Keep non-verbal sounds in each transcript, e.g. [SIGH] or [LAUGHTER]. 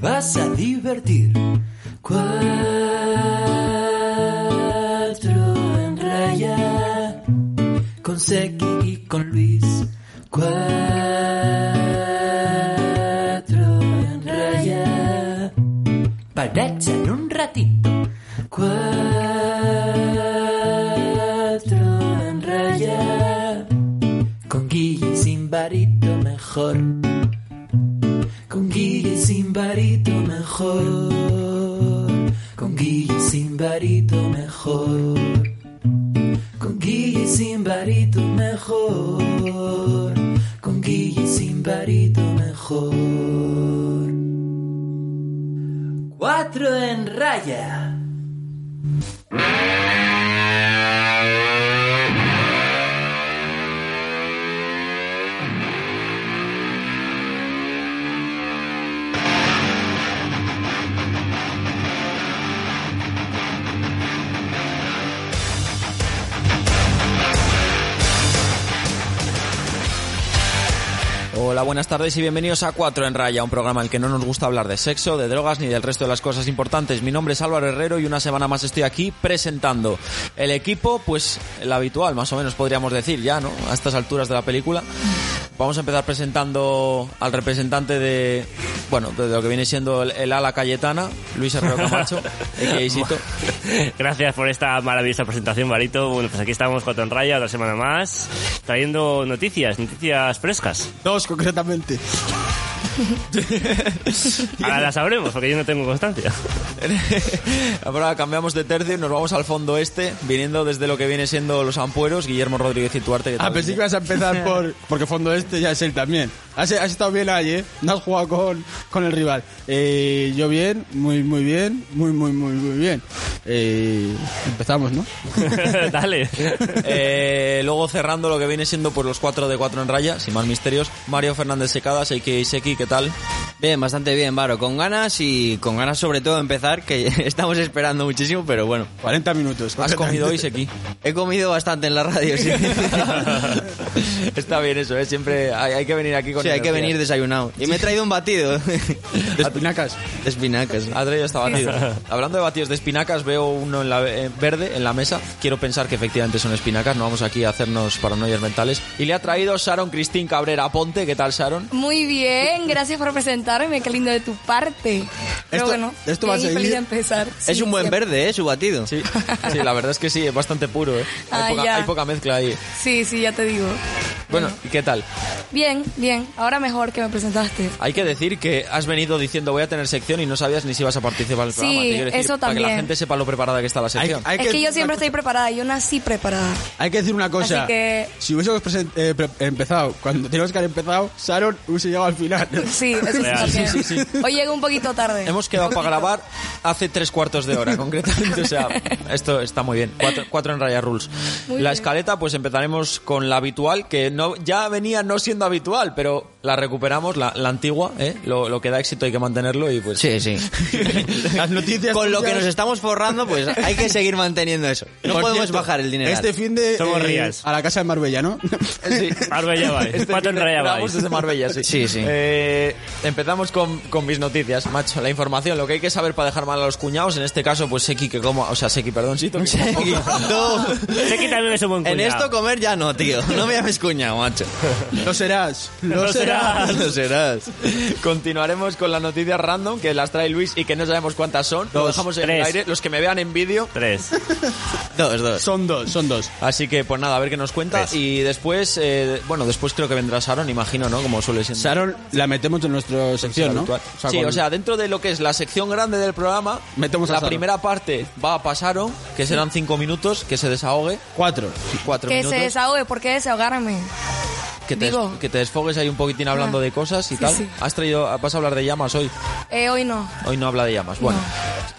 vas a divertir. Cuatro en raya, con Seki y con Luis. Cuatro en raya, para echar un ratito. Cuatro en raya, con Guille sin varito mejor. Con Guille sin varito mejor. Con Guille sin varito mejor. Con Guille sin varito mejor. Con Guille sin varito mejor. Cuatro en raya. Hola, buenas tardes y bienvenidos a 4 en Raya, un programa en el que no nos gusta hablar de sexo, de drogas ni del resto de las cosas importantes. Mi nombre es Álvaro Herrero y una semana más estoy aquí presentando el equipo, pues el habitual, más o menos podríamos decir ya, ¿no? A estas alturas de la película. Vamos a empezar presentando al representante de, bueno, de lo que viene siendo el, el ala cayetana, Luis Herrero [LAUGHS] Camacho, a.k.a. Isito. [LAUGHS] Gracias por esta maravillosa presentación, Marito. Bueno, pues aquí estamos cuatro en raya, otra semana más, trayendo noticias, noticias frescas. Dos, concretamente. Ahora las sabremos, porque yo no tengo constancia. [LAUGHS] Ahora cambiamos de tercio y nos vamos al fondo este, viniendo desde lo que viene siendo los ampueros, Guillermo Rodríguez y Tuarte. ¿qué tal? Ah, pensé que ibas a empezar por... Porque fondo este ya es él también. Has, has estado bien ahí, ¿eh? No has jugado con, con el rival. Eh, yo bien, muy, muy bien, muy, muy, muy, muy bien. Eh, empezamos, ¿no? Dale. Eh, luego cerrando lo que viene siendo por los 4 de 4 en raya, sin más misterios, Mario Fernández Secadas, a.k.a. Iseki, ¿qué tal? Bien, bastante bien, Varo. Con ganas y con ganas sobre todo de empezar, que [LAUGHS] estamos esperando muchísimo, pero bueno. 40 minutos. ¿Has comido [LAUGHS] Iseki? He comido bastante en la [LAUGHS] radio, sí. Está bien eso, ¿eh? Siempre hay, hay que venir aquí con Sí, hay que energía. venir desayunado. Y me he traído [LAUGHS] un batido de De espinacas. espinacas. Ha traído hasta batido. [LAUGHS] Hablando de batidos de espinacas, veo uno en la, eh, verde en la mesa. Quiero pensar que efectivamente son espinacas, no vamos aquí a hacernos paranoias mentales. Y le ha traído Sharon Cristín Cabrera Ponte. ¿Qué tal, Sharon? Muy bien, gracias por presentarme, qué lindo de tu parte. Pero Esto- bueno, esto va a bien y seguir. feliz de empezar. es Sí, un buen siempre. verde, ¿eh? Su batido. Sí, sí, la verdad es que sí, es bastante puro. ¿eh? Hay, Ah, poca, ya. hay poca mezcla ahí. Sí, sí, ya te digo. Bueno, ¿y qué tal? Bien, bien, ahora mejor que me presentaste. Hay que decir que has venido diciendo voy a tener sección y no sabías ni si ibas a participar en el Sí, programa. Te quiero decir, eso Para que la también. gente sepa lo preparada que está la Hay, sección. hay es que yo decir siempre una estoy preparada, yo nací preparada. cosa- Hay que decir una cosa. Así que- Si hubiésemos presen- eh, pre- empezado, cuando teníamos que haber empezado, Sharon hubiese llegado al [LAUGHS] final. Sí, eso sí, Real. también. Hoy llego un poquito tarde. Hemos quedado para grabar hace tres cuartos de hora, concretamente. O sea, esto está muy bien. Cuatro, cuatro en raya rules. Muy la bien. escaleta, pues empezaremos con la habitual, que no ya venía no siendo habitual, pero la recuperamos, la, la antigua, ¿eh? lo, lo que da éxito hay que mantenerlo y pues... Sí, sí. Las noticias. Con lo que tuyas- nos estamos forrando, pues hay que seguir manteniendo eso. No Por podemos cierto, bajar el dinero. Este fin de. Somos reals. A la casa de Marbella, ¿no? [LAUGHS] Sí. Marbella vais. Este Cuatro en fin de- raya grabamos vais. desde Marbella, sí. Sí, sí. Eh, empezamos con, con mis noticias, macho. La información, lo que hay que saber para dejar mal a los cuñados, en este caso, pues Seki que como... O sea, Seki, perdón, Sito, que como poco. [LAUGHS] No. Sé que también es un buen En cuñado. esto comer ya no, tío. No me llames cuñado, macho. [LAUGHS] Lo serás. Lo Lo serás. serás. No serás. Continuaremos con las noticias random que las trae Luis y que no sabemos cuántas son. Lo Dos, dejamos en el tres. aire, los que me vean en vídeo. Tres. Dos, dos. Son dos, son dos. Así que, pues nada, a ver qué nos cuenta. Tres. Y después, eh, bueno, después creo que vendrá Sharon, imagino, ¿no? Como suele ser. Sharon la metemos en nuestra sección, ¿no? habitual. sí, con- o sea, dentro de lo que es la sección grande del programa, Metemos a la Sharon. primera parte va a Pasaron, que serán cinco minutos, que se desahogue, Cuatro. cuatro que se minutos, desahogue, ¿por qué desahogarme? que, te, digo. que te desfogues ahí un poquitín hablando Ah, de cosas y sí, tal. sí. Has traído, vas a hablar de llamas hoy. Eh, hoy no. Hoy no habla de llamas. Bueno,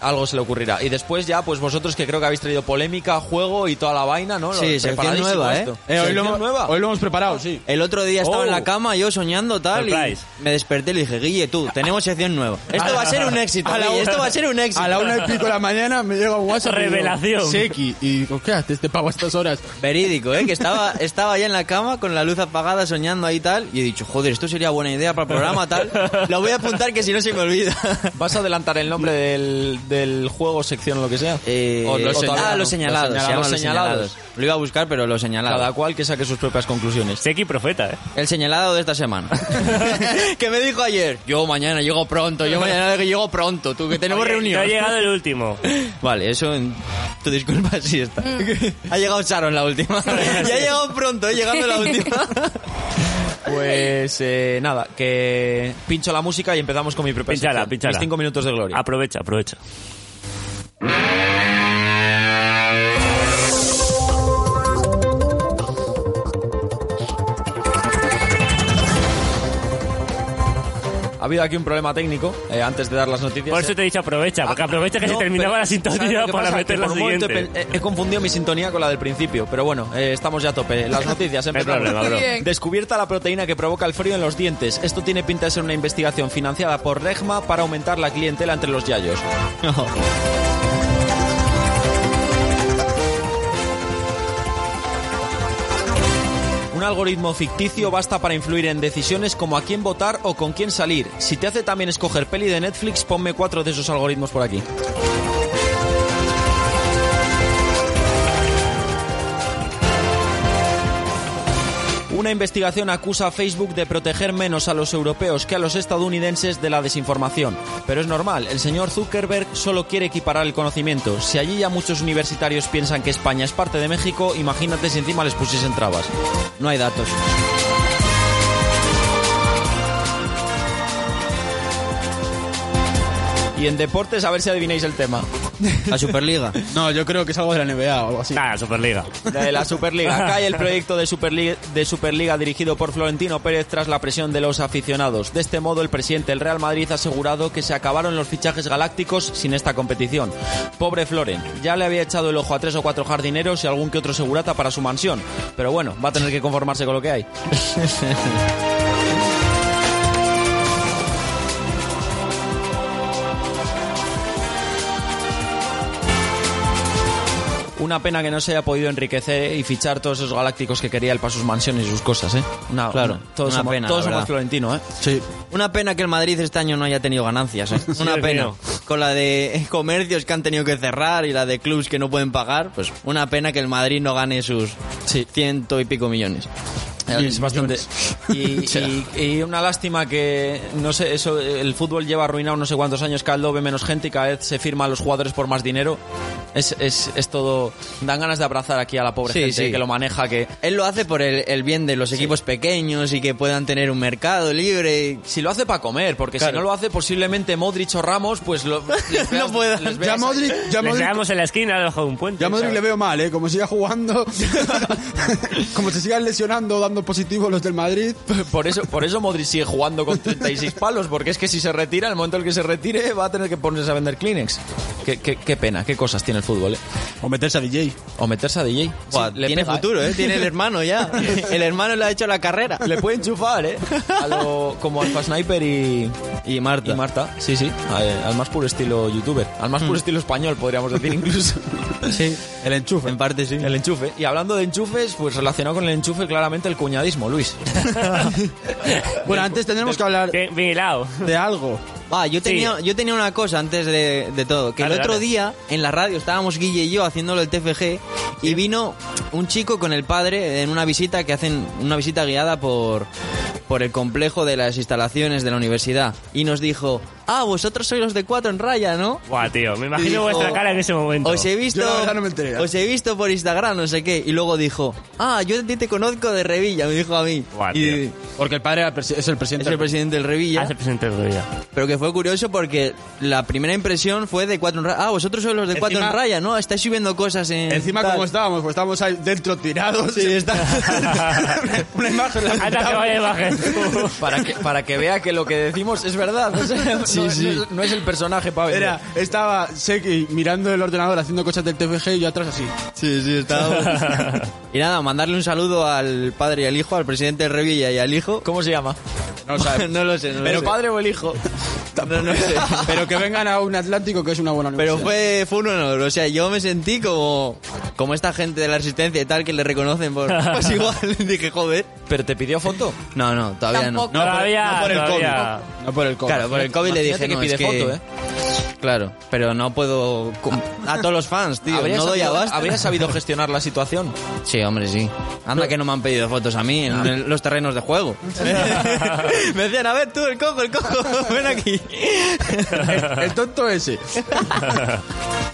algo se le ocurrirá. Y después ya, pues vosotros que creo que habéis traído polémica, juego y toda la vaina, ¿no? Lo- Sí, sección preparadísimo nueva, ¿eh? Eh, hoy, ¿Sección lo hemos, nueva? hoy lo hemos preparado, sí. El otro día estaba Oh. en la cama, yo soñando tal, y Surprise. me desperté y le dije, Guille, tú, tenemos sección nueva. Esto va a ser un éxito, A la Guille, una- esto va a ser un éxito. A la una y pico de la mañana me llega un WhatsApp. y digo, Revelación. Seki. Y digo, ¿qué haces este pavo a estas horas? Verídico, ¿eh? Que estaba, estaba ya en la cama con la luz apagada, soñando ahí tal, y he dicho, joder, esto sería buena idea para el programa tal. Lo voy a apuntar que si no se [LAUGHS] me olvida. ¿Vas a adelantar el nombre del, del juego, sección o lo que sea? Eh, O lo- o todavía ah, no. los señalados, Los se llama señalados. Los Señalados. Lo iba a buscar, pero los señalados. Cada cual que saque sus propias conclusiones. Seki profeta, ¿eh? El señalado de [LAUGHS] esta semana. que me dijo ayer, yo mañana llego [LAUGHS] pronto, yo mañana llego pronto, tú que tenemos Oye, reunión. que ha llegado el último. Vale, eso en tu disculpa sí está. Mm. [LAUGHS] Ha llegado Sharon [LAUGHS] la última. ya ha llegado pronto, ¿eh? llegando la última. Pues eh, nada, que pincho la música y empezamos con mi propia Pinchala, sección. pinchala. Mis cinco minutos de gloria. Aprovecha, aprovecha. Ha habido aquí un problema técnico eh, antes de dar las noticias. pues. Por eso te he dicho aprovecha, porque Ah, aprovecha que no, se terminaba pero, la ¿sabes sintonía lo que para pasa? meter Que la por un momento siguiente. He, pe- eh, he confundido mi sintonía con la del principio, pero bueno, eh, estamos ya a tope. [LAUGHS] Las noticias, No hay empezamos. problema, bro. Bien. Descubierta la proteína que provoca el frío en los dientes. Esto tiene pinta de ser una investigación financiada por Regma para aumentar la clientela entre los yayos. [LAUGHS] Un algoritmo ficticio basta para influir en decisiones como a quién votar o con quién salir. Si te hace también escoger peli de Netflix, ponme cuatro de esos algoritmos por aquí. Una investigación acusa a Facebook de proteger menos a los europeos que a los estadounidenses de la desinformación. Pero es normal, el señor Zuckerberg solo quiere equiparar el conocimiento. Si allí ya muchos universitarios piensan que España es parte de México, imagínate si encima les pusiesen trabas. No hay datos. Y en deportes, a ver si adivináis el tema. La Superliga. No, yo creo que es algo de la NBA o algo así. Nada, Superliga. De la [LAUGHS] Superliga. Cae el proyecto de Superliga, de Superliga dirigido por Florentino Pérez tras la presión de los aficionados. De este modo, el presidente del Real Madrid ha asegurado que se acabaron los fichajes galácticos sin esta competición. Pobre Floren, ya le había echado el ojo a tres o cuatro jardineros y algún que otro segurata para su mansión. Pero bueno, va a tener que conformarse con lo que hay. Una pena que no se haya podido enriquecer y fichar todos esos galácticos que quería él para sus mansiones y sus cosas, ¿eh? Una- Claro, una- todos una somos, pena, todos la somos verdad. Florentino, ¿eh? Sí. Una pena que el Madrid este año no haya tenido ganancias, ¿eh? Una Dios pena. mío. Con la de comercios que han tenido que cerrar y la de clubs que no pueden pagar, pues una pena que el Madrid no gane sus ciento y pico millones. Eh, Es bastante. Y, [LAUGHS] y- y una lástima que, no sé, eso, el fútbol lleva arruinado no sé cuántos años, cada vez lo ve menos gente y cada vez se firma a los jugadores por más dinero. Es, es, es todo. Dan ganas de abrazar aquí a la pobre Sí, gente sí. que lo maneja, que. Él lo hace por el, el bien de los equipos pequeños y que puedan tener un mercado libre. Si lo hace para comer, porque si Claro. no lo hace, posiblemente Modric o Ramos, pues [LAUGHS] lo. les veas- No puedan. les veas Ya ahí. Modric, ya Les Modric, dejamos en la esquina debajo de un puente. ya Modric le veo mal, ¿eh? Como siga jugando. como se sigan lesionando, dando positivo los del Madrid. Por eso, por eso Modric sigue jugando con 36 palos, porque es que si se retira, en el momento en el que se retire, va a tener que ponerse a vender Kleenex. Qué, qué- qué pena, qué cosas tiene el fútbol, ¿eh? O meterse a DJ. O meterse a DJ. Buah, Sí, le tiene pega, ¿eh? futuro, ¿eh? Tiene el hermano [LAUGHS] ya. El hermano le ha hecho la carrera. Le puede enchufar, ¿eh? [LAUGHS] A lo- como Alfa Sniper y, Y Marta. y Marta. Sí, sí. a- al más puro estilo youtuber. Al más puro estilo español, podríamos decir [LAUGHS] incluso. Sí. El enchufe. En parte sí. El enchufe. Y hablando de enchufes, pues relacionado con el enchufe, claramente el cuñadismo, [LAUGHS] Luis. Bueno, antes tendremos que hablar Bien, bien hilado. de algo. Ah, yo tenía, yo tenía una cosa antes de, de todo. Que el Dale, otro dale. día en la radio estábamos Guille y yo haciéndolo el TFG y vino un chico con el padre en una visita que hacen una visita guiada por, por el complejo de las instalaciones de la universidad y nos dijo, ah, vosotros sois los de cuatro en raya, ¿no? Buah, tío, me imagino Dijo, vuestra cara en ese momento. Os he visto, Yo la verdad no me enteré. ¿eh? os he visto por Instagram, no sé qué. Y luego dijo, ah, yo a ti te conozco de Revilla, me dijo a mí. Buah, tío. y Porque el padre era el presi- es el es presidente. el presidente del Revilla. Ah, se presentó el otro día. Pero que fue curioso porque la primera impresión fue de cuatro en raya. Ah, vosotros sois los de cuatro en Encima- raya, ¿no? Estáis subiendo cosas en. Encima, tal. como estábamos? Pues estábamos ahí dentro tirados. Sí, [LAUGHS] [LAUGHS] está. una imagen. Ah, [LAUGHS] Anda, que vaya imagen. [LAUGHS] Para que, para que vea que lo que decimos es verdad. o sea, sí, no, sí. no es- no es el personaje para vender. Era, estaba Seki mirando el ordenador haciendo cosas del TFG y yo atrás así. Sí, sí, está. [LAUGHS] y nada, mandarle un saludo al padre y al hijo, al presidente del Revilla y al hijo. ¿Cómo se llama? [LAUGHS] No [LAUGHS] lo sabemos. no lo sé, no lo Pero sé. padre o el hijo? No, no sé. Pero que vengan a un Atlántico que es una buena Pero universidad. fue, fue un honor, o sea, yo me sentí como, como esta gente de la resistencia y tal que le reconocen por... Pues igual, [LAUGHS] dije, joder. ¿Pero te pidió foto? No, no, todavía no. Tampoco. no. todavía, no por el todavía. COVID. No por el COVID. Claro, por el COVID le Imagínate dije, que no, pide es que... foto, ¿eh? Claro, pero no puedo... com- A todos los fans, tío, ¿Habría no doy sabido- abasto. habría sabido gestionar la situación? Sí, hombre, sí. Anda que no me han pedido fotos a mí en, en los terrenos de [LAUGHS] juego. [LAUGHS] me decían, a ver tú, el cojo, el cojo, [LAUGHS] ven aquí. El tonto ese.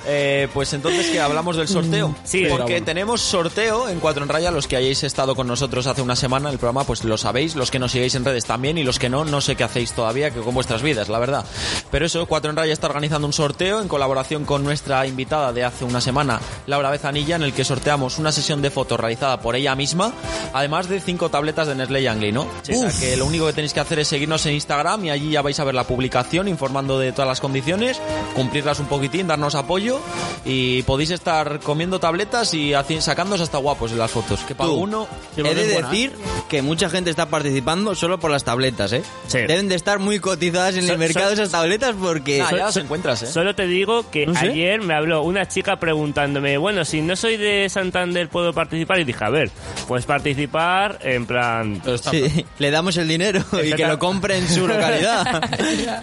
Eh, pues entonces que hablamos del sorteo. Sí. porque Bueno. tenemos sorteo en Cuatro en Raya. Los que hayáis estado con nosotros hace una semana, el programa, pues lo sabéis. Los que nos sigáis en redes también y los que no, no sé qué hacéis todavía que con vuestras vidas, la verdad. Pero eso, Cuatro en Raya está organizando un sorteo en colaboración con nuestra invitada de hace una semana, Laura Bezanilla, en el que sorteamos una sesión de fotos realizada por ella misma, además de cinco tabletas de Nestlé Yangli, ¿no? O sea, que lo único que tenéis que hacer es seguirnos en Instagram y allí ya vais a ver la publicación informando de todas las condiciones, cumplirlas un poquitín, darnos apoyo y podéis estar comiendo tabletas y haci- sacándoos hasta guapos en las fotos. Que para Tú, uno... he de decir que mucha gente está participando solo por las tabletas, ¿eh? Sí. Deben de estar muy cotizadas en So- el mercado so- esas tabletas porque... Nah, ya las encuentras, ¿eh? Solo te digo que No sé. ayer me habló una chica preguntándome, bueno, si no soy de Santander, ¿puedo participar? Y dije, a ver, puedes participar en plan... Eh. Sí, [LAUGHS] le damos [LAUGHS] el dinero y que lo compre en su localidad.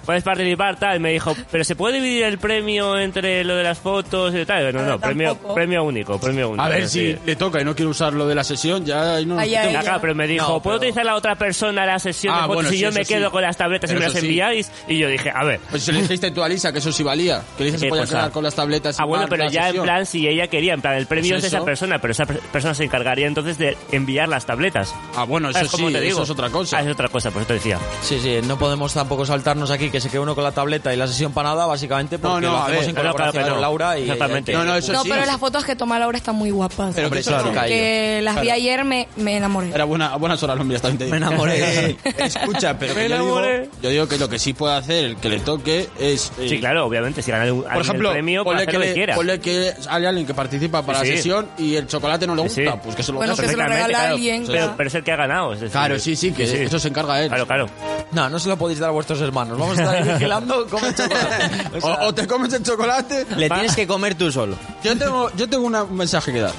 Puedes participar, tal. Me dijo, pero ¿se puede dividir el premio entre lo de las fotos y tal? Y yo, No, no, Claro, premio, tampoco. premio único, premio único. A ver es si decir. le toca y no quiere usar lo de la sesión, ya ahí no nos Ahí, ahí. metemos. Ajá, pero me dijo, No, ¿puedo pero- utilizar la otra persona la sesión Ah, de fotos bueno, si sí, yo eso me quedo sí. con las tabletas y Pero me las eso sí. enviáis? Y yo dije, a ver. Pues si le dijiste tú a Lisa que eso es Ivalía, que Lisa se Eh, podía pues, quedar ah. con las tabletas. y Ah, bueno, pagar pero la ya en sesión. plan, si ella quería, en plan, el premio Pues es de esa eso. persona, pero esa per- persona se encargaría entonces de enviar las tabletas. Ah, bueno, eso ¿Sabes cómo sí, te digo? eso es otra cosa. Ah, es otra cosa, por eso te decía. Sí, sí, no podemos tampoco saltarnos aquí que se quede uno con la tableta y la sesión para nada, básicamente, porque No, no, lo a hacemos ver. en No, no, claro colaboración que no. con Laura y... Exactamente. No, no, eso No, sí. pero las fotos que toma Laura están muy guapas. Pero Hombre, que eso claro. no- Cae. que las vi ayer me, me enamoré. Era buena, a buenas horas lo enviaste también te digo. Me enamoré. Eh, Escucha, pero [LAUGHS] Me que yo, enamoré. digo, yo digo que lo que sí puede hacer el que le toque es... eh, Sí, claro, obviamente, si gana el, Por ejemplo, el premio, puede ponle, hacer que lo que le- quiera. ponle que hay alguien que participa para Sí, la sí. sesión y el chocolate no le gusta, Sí, sí. pues que se lo Bueno, haga que se lo Perfectamente, regala claro. alguien, Pero, claro. pero es el que ha ganado. es decir, Claro, sí, sí, que eso se encarga él. Claro, [LAUGHS] claro. No, no se lo podéis dar a vuestros hermanos. Vamos a estar ahí vigilando cómo el chocolate. O, o te comes el chocolate. le tienes que comer tú solo. Ah, Yo tengo, yo tengo una- un mensaje que dar.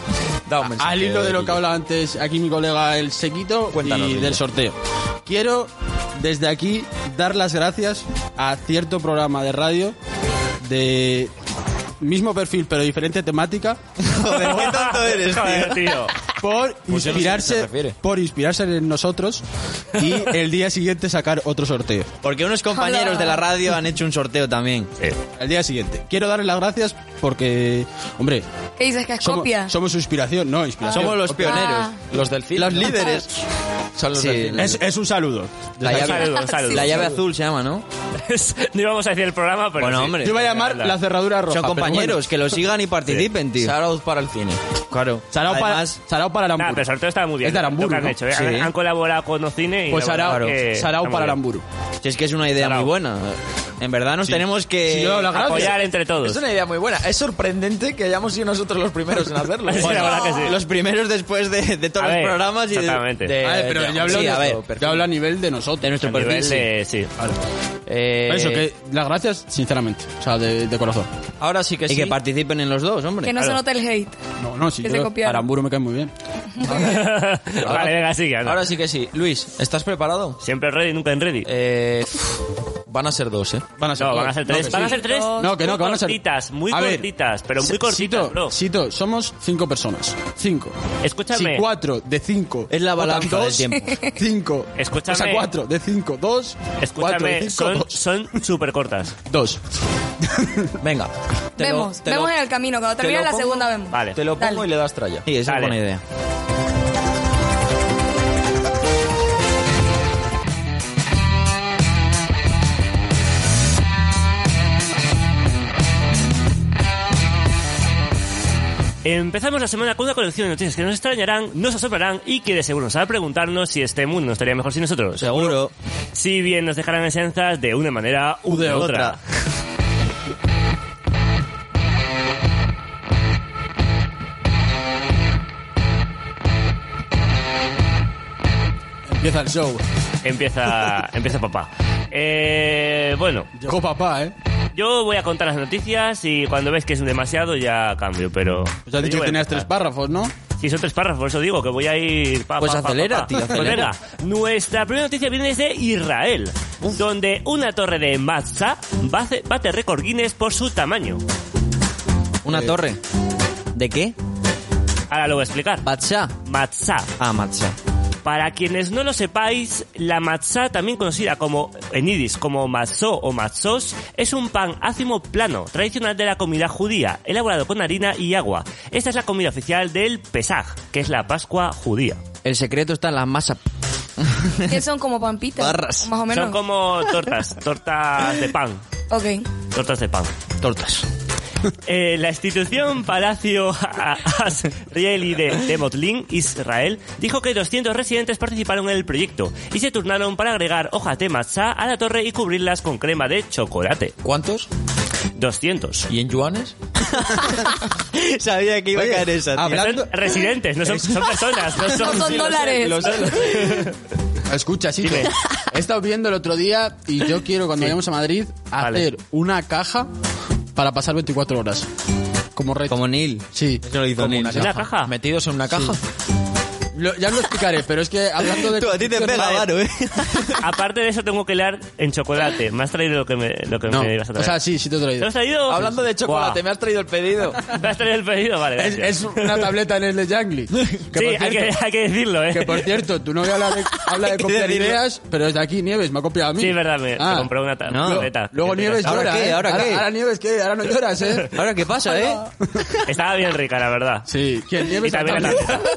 Da un mensaje, Al hilo de lo que Guille. hablaba antes aquí mi colega el Sequito Cuéntanos, y Guille. del sorteo. Quiero desde aquí dar las gracias a cierto programa de radio de mismo perfil pero diferente temática Joder, [LAUGHS] qué tonto eres, [LAUGHS] tío. Joder, tío. por Pues yo no sé a qué se inspirarse refiere. por inspirarse en nosotros y el día siguiente sacar otro sorteo. Porque unos compañeros de la radio han hecho un sorteo también. El día siguiente. Quiero darle las gracias porque hombre, ¿Qué dices? ¿Que es somos, copia? somos su inspiración, no, inspiración. Somos los pioneros. Ah. Los del cine. Los ¿no? líderes. Son los Sí, del cine. Es, es un saludo. La Un llave, saludo, un saludo. la llave azul se llama, ¿no? [LAUGHS] no íbamos a decir el programa, pero. Bueno, sí. hombre. Yo iba a llamar la cerradura roja. Son pero bueno. compañeros, que lo sigan y participen, tío. Shout-out para el cine. Claro. Sarao para, Además, sarao para Nah, Aramburu. pero el sorteo estaba muy bien. Es de Aramburu, lo que han ¿no? hecho, ¿eh? Sí. han, han colaborado con Ocine y. Pues la verdad sarao, que sarao está muy para bien. Aramburu. si es que es una idea Sarao. muy buena. En verdad nos tenemos que... Sí, yo la- Gracias. Apoyar entre todos. Es [LAUGHS] una idea muy buena. Es sorprendente que hayamos sido nosotros los primeros en hacerlo. Sí, la verdad que sí. Los primeros después de, de todos A ver, los programas y de- exactamente. Eh, de- A ver, pero de- yo hablo, sí, de- a ver, yo hablo a nivel de nosotros. de nuestro A nivel perfil. sí. de- [LAUGHS] sí. Eh, Por Eso, que las gracias, sinceramente. O sea, de, de corazón. Ahora sí que Y sí. que participen en los dos, hombre. que no se claro. note el hate. No, no, sí. Que se yo- copiaron. Aramburu me cae muy bien. [LAUGHS] vale, venga, sigue. anda. Ahora sí que sí. Luis, ¿estás preparado? Siempre ready, nunca en ready. Eh, van a ser dos, ¿eh? Van a ser, no, dos. van a ser tres. No, que van a sí. ser tres. No, que no, muy que van a ser- cortitas, muy A ver, cortitas, pero muy Si- cortitas, Sito, bro. Sito, somos cinco personas. Cinco. Escúchame. Si cuatro de cinco. Es la votan balanza del dos, tiempo. [LAUGHS] Cinco. Escúchame. O sea, cuatro de cinco, dos. cuatro de Escúchame, cinco, son, dos. son súper [LAUGHS] cortas. Dos. Venga. Te lo- vemos, te lo- vemos en el camino. Cuando te termine lo la pongo- segunda vemos. Vale. Te lo pongo Dale. y le das tralla. Sí, esa Dale. es buena idea. Empezamos la semana con una colección de noticias que nos extrañarán, nos asombrarán y que de seguro nos hará preguntarnos si este mundo estaría mejor sin nosotros. Seguro. Si bien nos dejarán enseñanzas de una manera u de otra. Empieza el show. Empieza, empieza papá. Eh, bueno, Llegó papá, ¿eh? yo voy a contar las noticias y cuando ves que es demasiado ya cambio, pero... Pues has dicho que tenías tres párrafos, ¿no? Si son tres párrafos, por eso digo que voy a ir. pa, Pues pa, pa, acelera, pa, pa. tío, Pues acelera. venga, nuestra primera noticia viene desde Israel, donde una torre de Matzah bate, bate récord Guinness por su tamaño. Una torre. ¿De qué? Ahora lo voy a explicar. Batsha. Matzah. Ah, Matcha. Para quienes no lo sepáis, la matzá, también conocida como en yiddish como matzó o matzos, es un pan ácimo plano, tradicional de la comida judía, elaborado con harina y agua. Esta es la comida oficial del Pesaj, que es la Pascua judía. El secreto está en la masa. Que son como pampitas. Barras. Más o Oh, menos. Son como tortas, tortas de pan, Ok. tortas de pan. Tortas. Eh, la institución Palacio Asrieli de, de Motlín, Israel, dijo que 200 residentes participaron en el proyecto y se turnaron para agregar hojas de matzá a la torre y cubrirlas con crema de chocolate. ¿Cuántos? 200. ¿Y en yuanes? [LAUGHS] Sabía que iba Oye, a caer esa, tío. habla- Hablando- Son residentes, no son, son personas, no son... [LAUGHS] No son dólares. Escucha, sí. Dime. He estado viendo el otro día y yo quiero cuando Sí. vayamos a Madrid Vale. hacer una caja para pasar 24 horas. Como Ah, reto. Como Neil. Sí. Eso lo hizo Como Neil. una ¿En caja. la caja? ¿Metidos en una caja? Lo- ya os lo explicaré, pero es que hablando de... Tú, a ti te pega, Vale. Varo, ¿eh? Aparte de eso tengo que leer en chocolate. Me has traído lo que me, lo que No, me ibas a o traer. sea, sí, sí te lo ¿Te he lo traído. has traído? Hablando de chocolate, Buah. me has traído el pedido. ¿Me has traído el pedido? Vale, Es, gracias. [LAUGHS] es una tableta en el de [LAUGHS] Jangli. Que, sí, por hay que, cierto- hay que decirlo, ¿eh? que por cierto, tu novia habla de, habla [LAUGHS] de copiar decirlo. ideas, pero es de aquí Nieves, me ha copiado a mí. Sí, es verdad, me, Ah. me compré una ta- No. tableta. Luego Que te- Nieves ¿Ahora llora, qué? ¿eh? ¿Ahora qué? Ahora Nieves, ¿qué? [LAUGHS] Ahora no lloras, ¿eh? Ahora, ¿qué pasa, eh? Estaba bien rica, la verdad. Sí, ¿quién? Y Nieves también la Atala. tableta.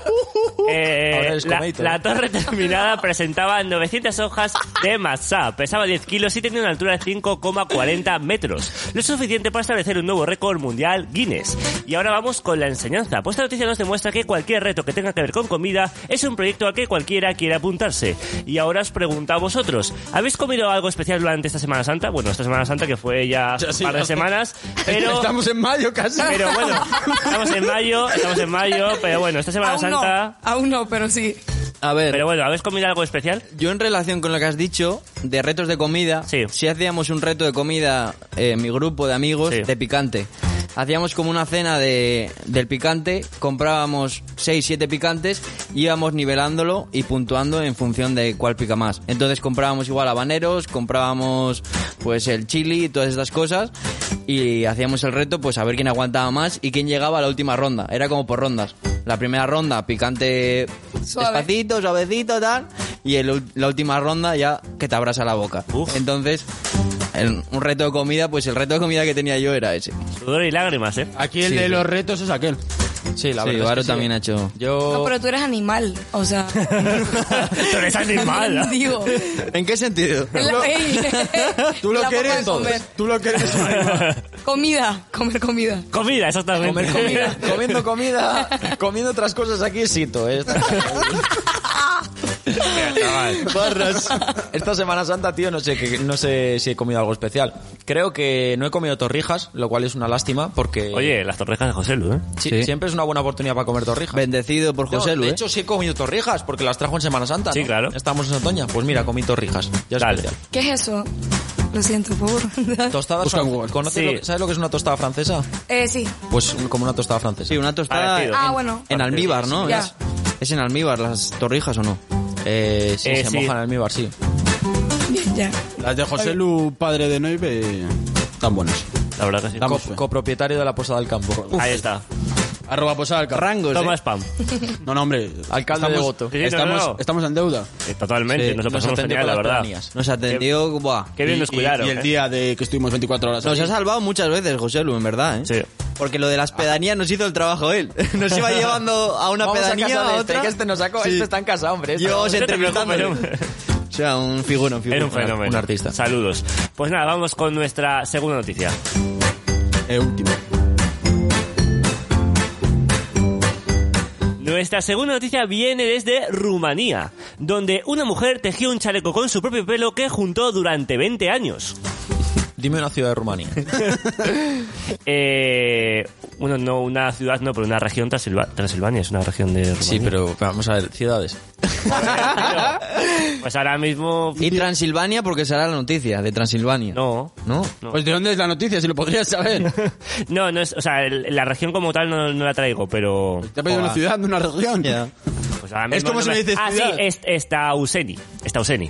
Eh, Ahora eres la, comeito, la ¿eh? torre terminada [LAUGHS] presentaba 900 hojas de matzá, pesaba 10 kilos y tenía una altura de 5,40 metros, lo suficiente para establecer un nuevo récord mundial Guinness. Y ahora vamos con la enseñanza, pues esta noticia nos demuestra que cualquier reto que tenga que ver con comida es un proyecto al que cualquiera quiere apuntarse. Y ahora os pregunto a vosotros, ¿habéis comido algo especial durante esta Semana Santa? Bueno, esta Semana Santa que fue ya hace Ya, un sí, par de hace- [LAUGHS] semanas, pero... Estamos en mayo casi. Pero bueno, estamos en mayo, estamos en mayo, pero bueno, esta Semana Aún Santa... no. Aún no, pero sí. A ver, Pero bueno, ¿habéis comido algo especial? yo en relación con lo que has dicho, de retos de comida, Sí. si hacíamos un reto de comida, eh, mi grupo de amigos, Sí. de picante. Hacíamos como una cena de, del picante, comprábamos 6, 7 picantes, íbamos nivelándolo y puntuando en función de cuál pica más. Entonces comprábamos igual habaneros, comprábamos pues el chili y todas estas cosas y hacíamos el reto pues a ver quién aguantaba más y quién llegaba a la última ronda. Era como por rondas. La primera ronda, picante Suave. despacito, suavecito, suavecito, tal. Y el ul- la última ronda ya que te abrasa la boca. Uf. Entonces, el- un reto de comida, pues el reto de comida que tenía yo era ese. Sudor y lágrimas, ¿eh? [LAUGHS] Aquí el Sí, de sí. los retos es aquel. Sí, la verdad. Sí, es que Varo sí. también ha hecho. No, Yo. pero tú eres animal. O sea. Tú eres animal. ¿eh? [LAUGHS] Digo. ¿En qué sentido? es la- ey, Tú lo la forma de quieres, comer. tú lo quieres. Comida. Comer comida. Comida, exactamente. [LAUGHS] Comer comida, comiendo comida, comiendo otras cosas aquí es Sito, ¿eh? Barras. Esta Semana Santa, tío, no sé, que- no sé si he comido algo especial. Creo que no he comido torrijas, lo cual es una lástima porque Oye, las torrejas de José Lu, ¿eh? sí, sí. siempre es una buena oportunidad para comer torrijas. Bendecido por ¿eh? No, José Luis. de hecho, sí he comido torrijas porque las trajo en Semana Santa. Sí, ¿no? claro. Estamos en otoño. Pues mira, comí torrijas. Ya es Dale. especial. ¿Qué es eso? Lo siento, por favor. Tostadas Busca en fran- Google. ¿conoces Sí. lo que- ¿Sabes lo que es una tostada francesa? [LAUGHS] eh, sí. Pues como una tostada francesa. Sí, una tostada Parecido. en- Ah, bueno. en almíbar, ¿no? Ya. Es, es en almíbar las torrijas o no. Eh, sí, Eh, se sí. mojan en almíbar, sí. Bien, [LAUGHS] ya. Las de José Lu, padre de Noive, tan buenas. La verdad que sí. Vamos. Co- copropietario de la Posada del Campo. Ahí está. Arroba posada al campo. Rangos. Toma ¿eh? spam. No, no, hombre. Alcalde de Voto. Sí, no, Estamos, no. estamos en deuda. Eh, Totalmente, Sí, nos lo nos pasamos atendió genial, con la las verdad. pedanías. Nos atendió. Buah. Qué bien Y- nos y- cuidaron. Y, el ¿eh? día de que estuvimos 24 horas Nos allí. ha salvado muchas veces José Lu, en verdad, ¿eh? Sí. Porque lo de las pedanías nos hizo el trabajo él. [LAUGHS] Nos iba llevando a una Vamos pedanía, a casa de a este, otra. que este nos sacó, Sí. este está en casa, hombre. este- Yo No os te entrevistándole. preocupes, hombre. O sea, un figurón, figurón. Era un fenómeno. un artista. Saludos. Pues nada, vamos con nuestra segunda noticia. Eh, último. Nuestra segunda noticia viene desde Rumanía, donde una mujer tejió un chaleco con su propio pelo que juntó durante 20 años. Dime una ciudad de [LAUGHS] Rumanía. Eh, bueno, no una ciudad, no, pero una región Transilva- Transilvania, es una región de Rumanía. Sí, pero vamos a ver, ciudades. Pues ahora mismo... Y Transilvania, porque será la noticia de Transilvania. No. ¿No? [LAUGHS] Pues de dónde es la noticia, si lo podrías [LAUGHS] saber. No, no es, o sea, el- la región como tal no, no la traigo, pero... Te ha pedido una ciudad, no una región. Ya. Pues ahora Es mismo como no se me- le dice Ah, sí, ciudad. es, está Useni. Está Useni.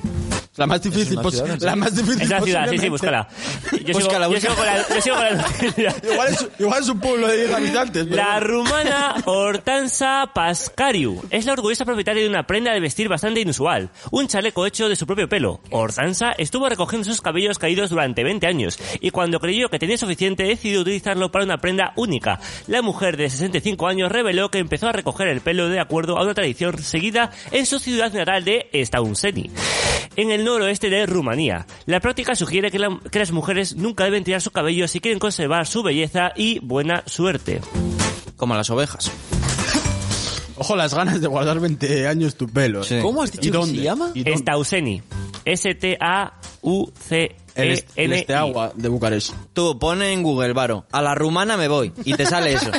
La más difícil, una pues, ciudad, ¿en la serio? más difícil. [LAUGHS] Es la ciudad, sí, sí, posiblemente. búscala. Yo, Búscala, sigo, yo búscala. sigo con la, yo sigo con la noticia. Igual es, igual es un pueblo de 10 habitantes. pero La bueno. rumana Hortansa Pascariu es la orgullosa propietaria de una prenda de vestir bastante inusual, un chaleco hecho de su propio pelo. Hortansa estuvo recogiendo sus cabellos caídos durante 20 años y cuando creyó que tenía suficiente decidió utilizarlo para una prenda única. La mujer de 65 años reveló que empezó a recoger el pelo de acuerdo a una tradición seguida en su ciudad natal de Staunseni, en el noroeste de Rumanía. La práctica sugiere que, la- que las mujeres nunca deben tirar su cabello si quieren conservar su belleza y buena suerte. Como las ovejas. Ojo las ganas de guardar 20 años tu pelo. ¿eh? Sí. ¿Cómo has dicho ¿Y que dónde? se llama? ¿Y dónde? Stauseni. E El, est- el S-T-A-U-C-E-N. este agua de Bucarest. Tú, pone en Google, Varo, a la rumana me voy. Y te sale [LAUGHS] eso.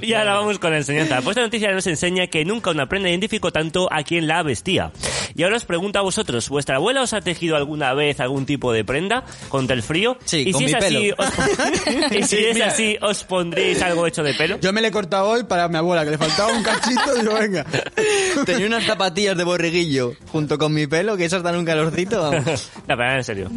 Y ahora vamos con la enseñanza. Pues esta noticia nos enseña que nunca una prenda identificó tanto a quien la vestía. Y ahora os pregunto a vosotros, ¿vuestra abuela os ha tejido alguna vez algún tipo de prenda contra el frío? Sí, y con si mi es así, pelo. os- [LAUGHS] y si es así, ¿os pondréis algo hecho de [LAUGHS] pelo? Yo me le he cortado hoy para mi abuela, que le faltaba un cachito. digo, venga. Tenía unas zapatillas de borriguillo junto con mi pelo, que esas dan un calorcito. vamos. La verdad, en serio.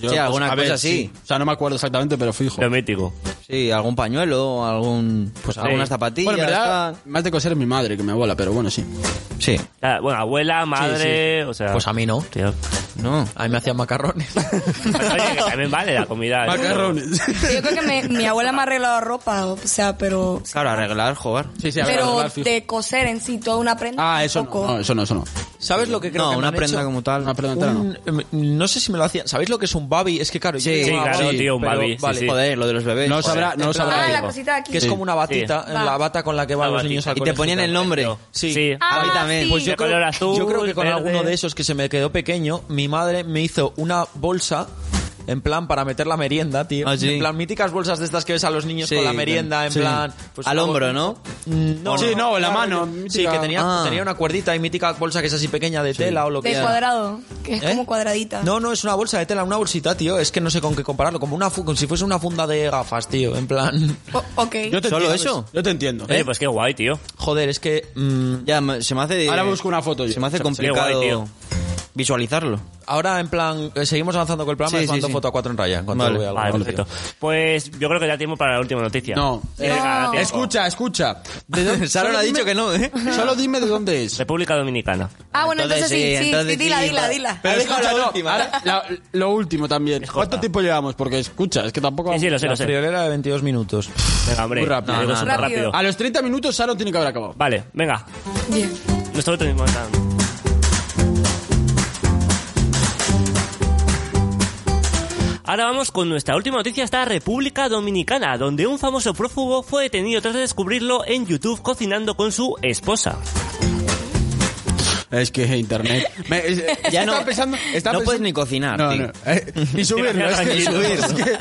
Yo, Sí, pues, alguna a ver, cosa sí. O sea, no me acuerdo exactamente, pero fijo. Lo mítico. Sí, algún pañuelo, algún, pues, Sí. algunas zapatillas. Bueno, en verdad, tal. más de coser es mi madre que mi abuela, pero bueno, sí. Sí. Ah, Bueno, abuela, madre, o sea... Pues a mí no. Tío. No. A mí me hacían macarrones. Pues [LAUGHS] oye, que también vale la comida. ¿no? Macarrones. [LAUGHS] Yo creo que me- mi abuela me ha arreglado ropa, o sea, pero... Claro, arreglar, jugar. Sí, sí, a ver, a Pero ver, fijo. de coser en sí, toda una prenda. Ah, eso no, poco. no, eso no, eso no. ¿Sabes lo que creo No, que me una han prenda hecho? como tal. Una prenda entera no. Un- em, no sé si me lo hacían. ¿Sabéis lo que es un babi? Es que claro, Sí, yo digo, sí, ah, claro, tío, un pero babi, sí, vale, sí. Joder, lo de los bebés. No lo Joder. sabrá, no lo sabrá. Ah, la nadie. cosita de aquí. Que es como una batita, Sí. en la bata con la que van La los niños batita. al Y colegio te ponían tal. el nombre. Sí. A mí Ah, también. sí. Pues yo De color azul, Yo creo que con verde. alguno de esos que se me quedó pequeño, mi madre me hizo una bolsa en plan para meter la merienda, tío. Ah, sí. En plan míticas bolsas de estas que ves a los niños Sí, con la merienda, en sí. plan pues, Al una hombro, bol- ¿no? Mm, No, Sí, no, en la claro, mano, yo- Sí, mítica. que tenía, Ah. tenía una cuerdita y mítica bolsa que es así pequeña de tela o lo que De sea. cuadrado, que es ¿Eh? como cuadradita. No, no, es una bolsa de tela, una bolsita, tío. Es que no sé con qué compararlo. Como una fu- como si fuese una funda de gafas, tío. En plan. [LAUGHS] O- ok. Yo te ¿Solo entiendo, eso? Eh, Yo te entiendo. ¿eh? Oye, pues qué guay, tío. Joder, es que. mm, Ya, me- se me hace... Ahora busco una foto yo. Se me hace Qué complicado guay, tío. visualizarlo. ahora, en plan, eh, seguimos avanzando con el programa Sí, y os mando sí, sí. foto a cuatro en raya. en cuanto Vale, vea algo. Vale, perfecto. Pues yo creo que da tiempo para la última noticia. No. Sí, eh, venga, da tiempo. Escucha, escucha. [LAUGHS] [LAUGHS] ¿De dónde- Sara solo ha dime- dicho que no, [LAUGHS] ¿eh? Solo dime de dónde es. República Dominicana. Ah, bueno, entonces, Entonces, sí, sí, sí, entonces sí, dila, sí, dila, va. dila. Pero Ha dejado escucha, la no, última. eh. ahora la- lo último también. corta. ¿Cuánto tiempo llevamos? Porque escucha, es que tampoco... Sí, sí, lo sé, La lo sé. friolera de 22 minutos. Venga, hombre. Oh, Muy rápido. Yo digo No, no, súper no. rápido. A los 30 minutos Sara tiene que haber acabado. Vale, venga. [LAUGHS] Bien. Nosotros tenemos... Ahora vamos con nuestra última noticia hasta República Dominicana, donde un famoso prófugo fue detenido tras descubrirlo en YouTube cocinando con su esposa. Es que internet. Me- [LAUGHS] es- Ya estaba no- pensando- estaba no puedes pensando- ni cocinar, No, tío. no, eh, [LAUGHS] ni subirlo. es que, Tranquilo. [LAUGHS] es que-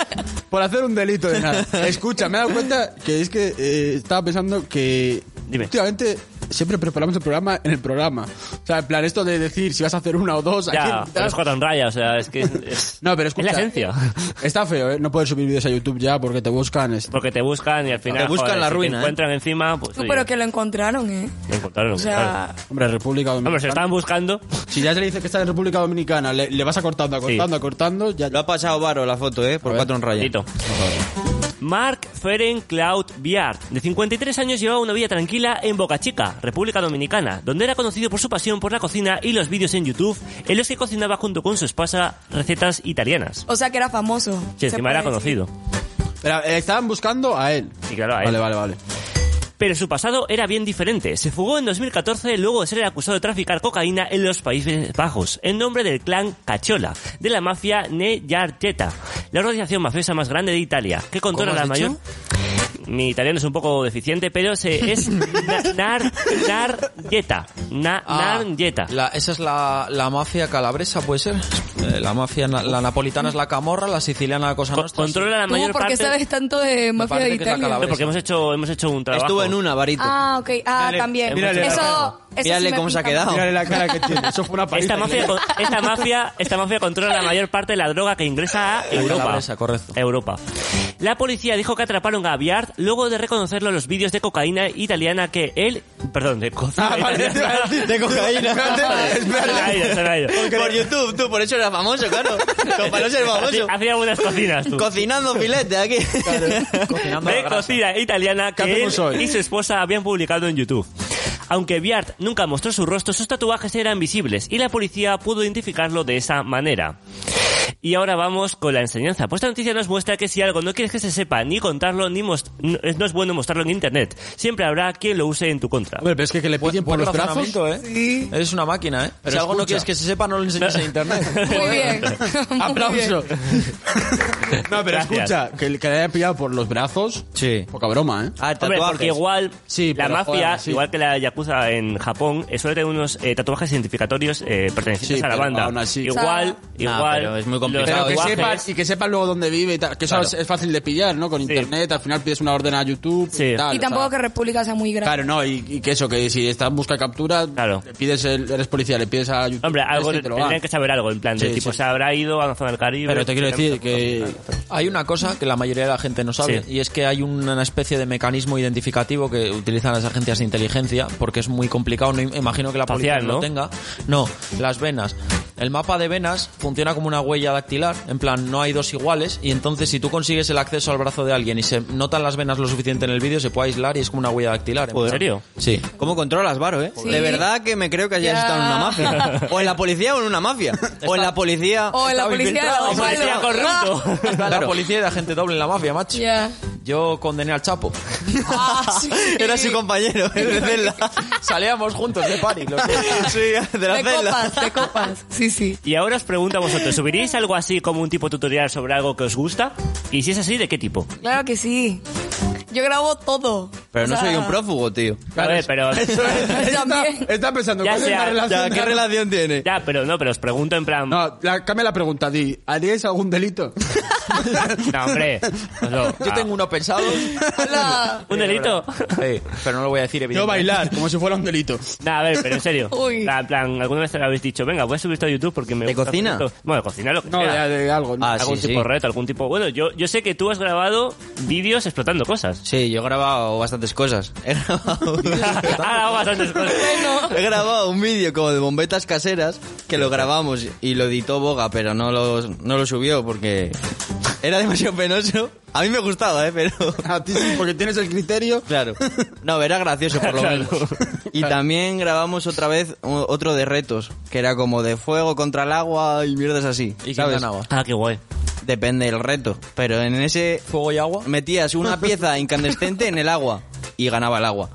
por hacer un delito de [LAUGHS] nada. Escucha, me he dado cuenta que es que eh, estaba pensando que Dime. últimamente siempre preparamos el programa en el programa. O sea, en plan, esto de decir si vas a hacer una o dos. Ya, aquí, pero es cuatro en raya, o sea, es que... [LAUGHS] es- es- No, pero Es la escucha. esencia. [LAUGHS] Está feo, ¿eh? No puedes subir vídeos a YouTube ya porque te buscan. es- Porque te buscan y al final... Te buscan joder, la si ruina, Te ¿eh? encuentran encima, pues... Tú, oye, pero que lo encontraron, ¿eh? lo encontraron, lo encontraron. O sea, Hombre, República Hombre, se lo Dominicana. estaban buscando. Si ya se le dice que está en República Dominicana, le, le vas acortando, acortando, acortando. Ya, Lo ha pasado Varo la foto, ¿eh? Por cuatro en raya. Tito. Mark Feren Cloud Biard, de 53 años, llevaba una vida tranquila en Boca Chica, República Dominicana, donde era conocido por su pasión por la cocina y los vídeos en YouTube en los que cocinaba junto con su esposa recetas italianas. o sea que era famoso. Sí, se encima era puede decir. conocido. Pero, eh, estaban buscando a él. Sí, claro, a él. Vale, vale, vale. Pero su pasado era bien diferente. Se fugó en 2014 luego de ser acusado de traficar cocaína en los Países Bajos, en nombre del clan Cachola, de la mafia Neyarcheta, la organización mafiosa más grande de Italia, que controla ¿Cómo la has dicho? mayor... mi italiano es un poco deficiente, pero se, es na- nar, nargueta. Na- Ah, nargueta. la- esa es la, la mafia calabresa, ¿puede ser? Eh, la mafia, na- la napolitana es la camorra, la siciliana la cosa Co- nuestra. [LAUGHS] controla la ¿Tú mayor por qué parte... sabes tanto de mafia parece de que es la Italia? calabresa. No, porque hemos hecho, hemos hecho un trabajo... Estuvo en una, varito. Ah, ok. Ah, Mírale, también. mírale la eso, cara. eso sí Mírale me cómo se ha pinta quedado. mal. Mírale la cara que tiene. Eso fue una paliza. Esta que mafia, le- con- esta, mafia, esta mafia controla la mayor parte de la droga que ingresa a Europa. calabresa, correcto. Europa. La policía dijo que atraparon a Biard luego de reconocerlo en los vídeos de cocaína italiana que él... Perdón, de cocaína. Ah, vale, te iba [LAUGHS] a decir. De [LAUGHS] cocaína. Espérate, Se me ha espérate. ido, se me ha ido. Por YouTube, tú, por eso eras famoso, [LAUGHS] claro. Como para no ser famoso. Hacía- Hacía buenas cocinas, tú. Cocinando filete aquí. Cocinando la de grasa. cocina italiana ¿Qué que él hacemos hoy? y su esposa habían publicado en YouTube. Aunque Biart nunca mostró su rostro, sus tatuajes eran visibles y la policía pudo identificarlo de esa manera. Y ahora vamos con la enseñanza. Pues esta noticia nos muestra que si algo no quieres que se sepa, ni contarlo, ni mos- no, es- no es bueno mostrarlo en internet. Siempre habrá quien lo use en tu contra. Hombre, pero es que, que le Buen- pillen por buen los brazos. razonamiento, ¿eh? Eres una máquina, ¿eh? si algo no escucha. quieres que se sepa, no lo enseñes en [LAUGHS] internet. Muy bien. [LAUGHS] [LAUGHS] Muy Aplauso. bien. no, pero Gracias. escucha, que, que le haya pillado por los brazos. Sí. Poca broma, ¿eh? Ah, Hombre, tatuajes. porque igual Sí, la pero, mafia, joder, sí. igual que la yakuza en Japón, eh, suele tener unos eh, tatuajes identificatorios eh, pertenecientes Sí, a la pero banda. aún así. Igual, No, igual. Ah, pero es muy los complicado. Pero que tatuajes- sepas y que sepas luego dónde vive y tal. Que eso Claro. es- es fácil de pillar, ¿no? Con internet, al final pides una orden a YouTube Sí. y tal. Y o tampoco sea. que República sea muy grande. Claro, no, y, y que eso, que si estás en busca y captura, Claro. le pides el- eres policía, le pides a YouTube. Hombre, este algo y te lo tendrían dan. que saber algo, en plan, de Sí, tipo, sí. se habrá ido a la zona del Caribe. Pero te quiero decir que. Hay una cosa que la mayoría de la gente no sabe, Sí. y es que hay una especie de mecanismo identificativo que utilizan las agencias de inteligencia, porque es muy complicado, no im- imagino que la policía Facial, no lo ¿no? tenga. No, las venas. El mapa de venas funciona como una huella dactilar, en plan, no hay dos iguales, y entonces si tú consigues el acceso al brazo de alguien y se notan las venas lo suficiente en el vídeo, se puede aislar y es como una huella dactilar. en ¿En plan. serio? Sí. ¿Cómo controlas, Varo, eh? Sí. De verdad que me creo que hayas Ya. estado en una mafia. O en la policía o en una mafia. O en la policía... O en la Estaba policía de infiltrado. los O policía malos. corrupto. Está La policía y la gente doble en la mafia, macho. Ya. Yo condené al Chapo. [LAUGHS] Ah, sí. Era su [LAUGHS] compañero de celda. Salíamos juntos de party. los dos. [LAUGHS] Sí, de la De celda. copas, de copas. Sí, sí. Y ahora os pregunto a vosotros, ¿subiríais algo así como un tipo tutorial sobre algo que os gusta? Y si es así, ¿de qué tipo? Claro que sí. Yo grabo todo. Pero O no sea, soy un prófugo, tío. A ver, [LAUGHS] pero... está, [LAUGHS] [LAUGHS] También. [LAUGHS] está pensando, Ya ¿cuál es sea- la ya, relación? Ya, ¿qué de- relación tiene? Ya, pero no, pero os pregunto en plan... No, No, la, cambia la pregunta, Di. ¿Haríais algún delito? [LAUGHS] hombre. os lo- Yo tengo uno pensado. [LAUGHS] Hola. ¿Un delito? Sí, pero no lo voy a decir, Yo evidentemente. bailar, como si fuera un delito. Nah, a ver, pero en serio. Uy. En plan, ¿alguna vez habéis dicho, venga, voy a subir esto a YouTube porque me ¿De gusta cocina? hacer esto"? Bueno, de cocina lo que No, sea. de, de algo. ¿no? Ah, algún sí, tipo de sí. reto, algún tipo... Bueno, yo, yo sé que tú has grabado vídeos explotando cosas. Sí, yo he grabado bastantes cosas. He grabado... [LAUGHS] Ahora Ah, bastantes cosas. [LAUGHS] He grabado un vídeo como de bombetas caseras que lo grabamos y lo editó Boga, pero no lo, no lo subió porque era demasiado penoso. A mí me gustaba, ¿eh? Pero... A ti sí, porque tienes el criterio. Claro. No, era gracioso por lo menos. Y también grabamos otra vez o- otro de retos, que era como de fuego contra el agua y mierdas así. ¿Y quién ¿sabes? ganaba? Ah, qué guay. Depende del reto. Pero en ese ¿Fuego y agua? metías [LAUGHS] una pieza incandescente en el agua y ganaba el agua.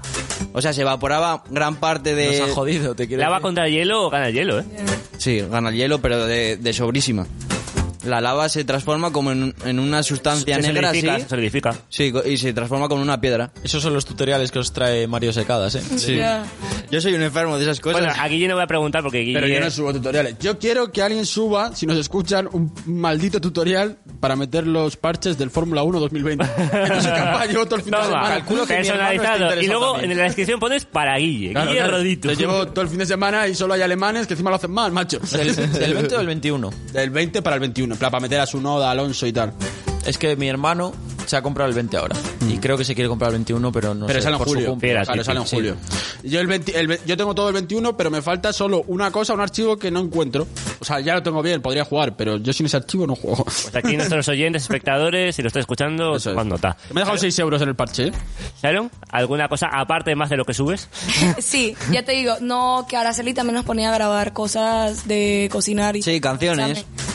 O sea, se evaporaba gran parte de... Nos ha jodido, te quiero ¿Lava decir. contra el hielo o gana el hielo, eh? Sí, gana el hielo, pero de, de sobrísima. La lava se transforma como en, en una sustancia Se negra así. solidifica, se solidifica. Sí, co- y se transforma como en una piedra. Esos son los tutoriales que os trae Mario Secadas, ¿eh? Sí. Ya. Yo soy un enfermo de esas cosas. Bueno, a Guille no voy a preguntar porque Guille... Pero yo no subo tutoriales. eh, Yo quiero que alguien suba, si nos escuchan, un maldito tutorial para meter los parches del Fórmula 1 2020. Que no [LAUGHS] se capaz, llevo todo el fin de Toma, semana. Calculo que mi hermano está personalizado. Y interesado luego también. en la descripción pones para Guille. Claro, Guille claro. Rodito. Lo llevo todo el fin de semana y solo hay alemanes que encima lo hacen mal, macho. [LAUGHS] Del, del 20 o del 21. Del 20 para el 21, en plan, para meter a su noda, Alonso y tal. Es que mi hermano se ha comprado el 20 ahora. Y creo que se quiere comprar el 21, Mm. pero no pero sé, sale en por su julio. cumple. Espera, Claro, sí, sale en sí. julio. Yo, el 20 el ve- yo tengo todo el 21, pero me falta solo una cosa, un archivo que no encuentro. O sea, ya lo tengo bien, podría jugar, pero yo sin ese archivo no juego. Pues aquí nuestros oyentes, espectadores, si lo estáis escuchando, Eso es. Juan nota. Me he dejado 6 euros en el parche, ¿eh? ¿Sharon? ¿Alguna cosa aparte más de lo que subes? Sí, ya te digo, no, que Araceli también nos ponía a grabar cosas de cocinar y [LAUGHS] Sí, [LAUGHS] canciones. examen.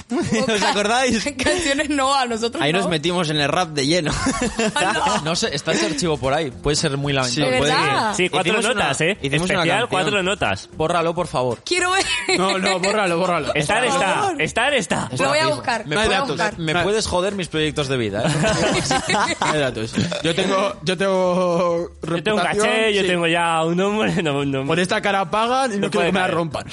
¿Os acordáis? [LAUGHS] Canciones no, a nosotros Ahí no. nos metimos en el rap de lleno. [LAUGHS] No sé, está ese archivo por ahí. Puede ser muy lamentable. ¿De puede verdad? que- Sí, cuatro Hicimos una- notas, ¿eh? hicimos una Especial, canción. cuatro notas. Bórralo, por favor. Quiero ver. No, [LAUGHS] no, bórralo, bórralo. Estar Por está, favor. estar está. Es Lo voy a racismo. buscar. Me, lo voy a puedes- buscar. me puedes joder mis proyectos de vida. [LAUGHS] ¿eh? [LAUGHS] Hay datos. Yo tengo, Yo yo tengo tengo un reputación, caché, yo sí. tengo ya un nombre. no- no- Por esta cara pagan y no, No puede quiero que me la caer. rompan.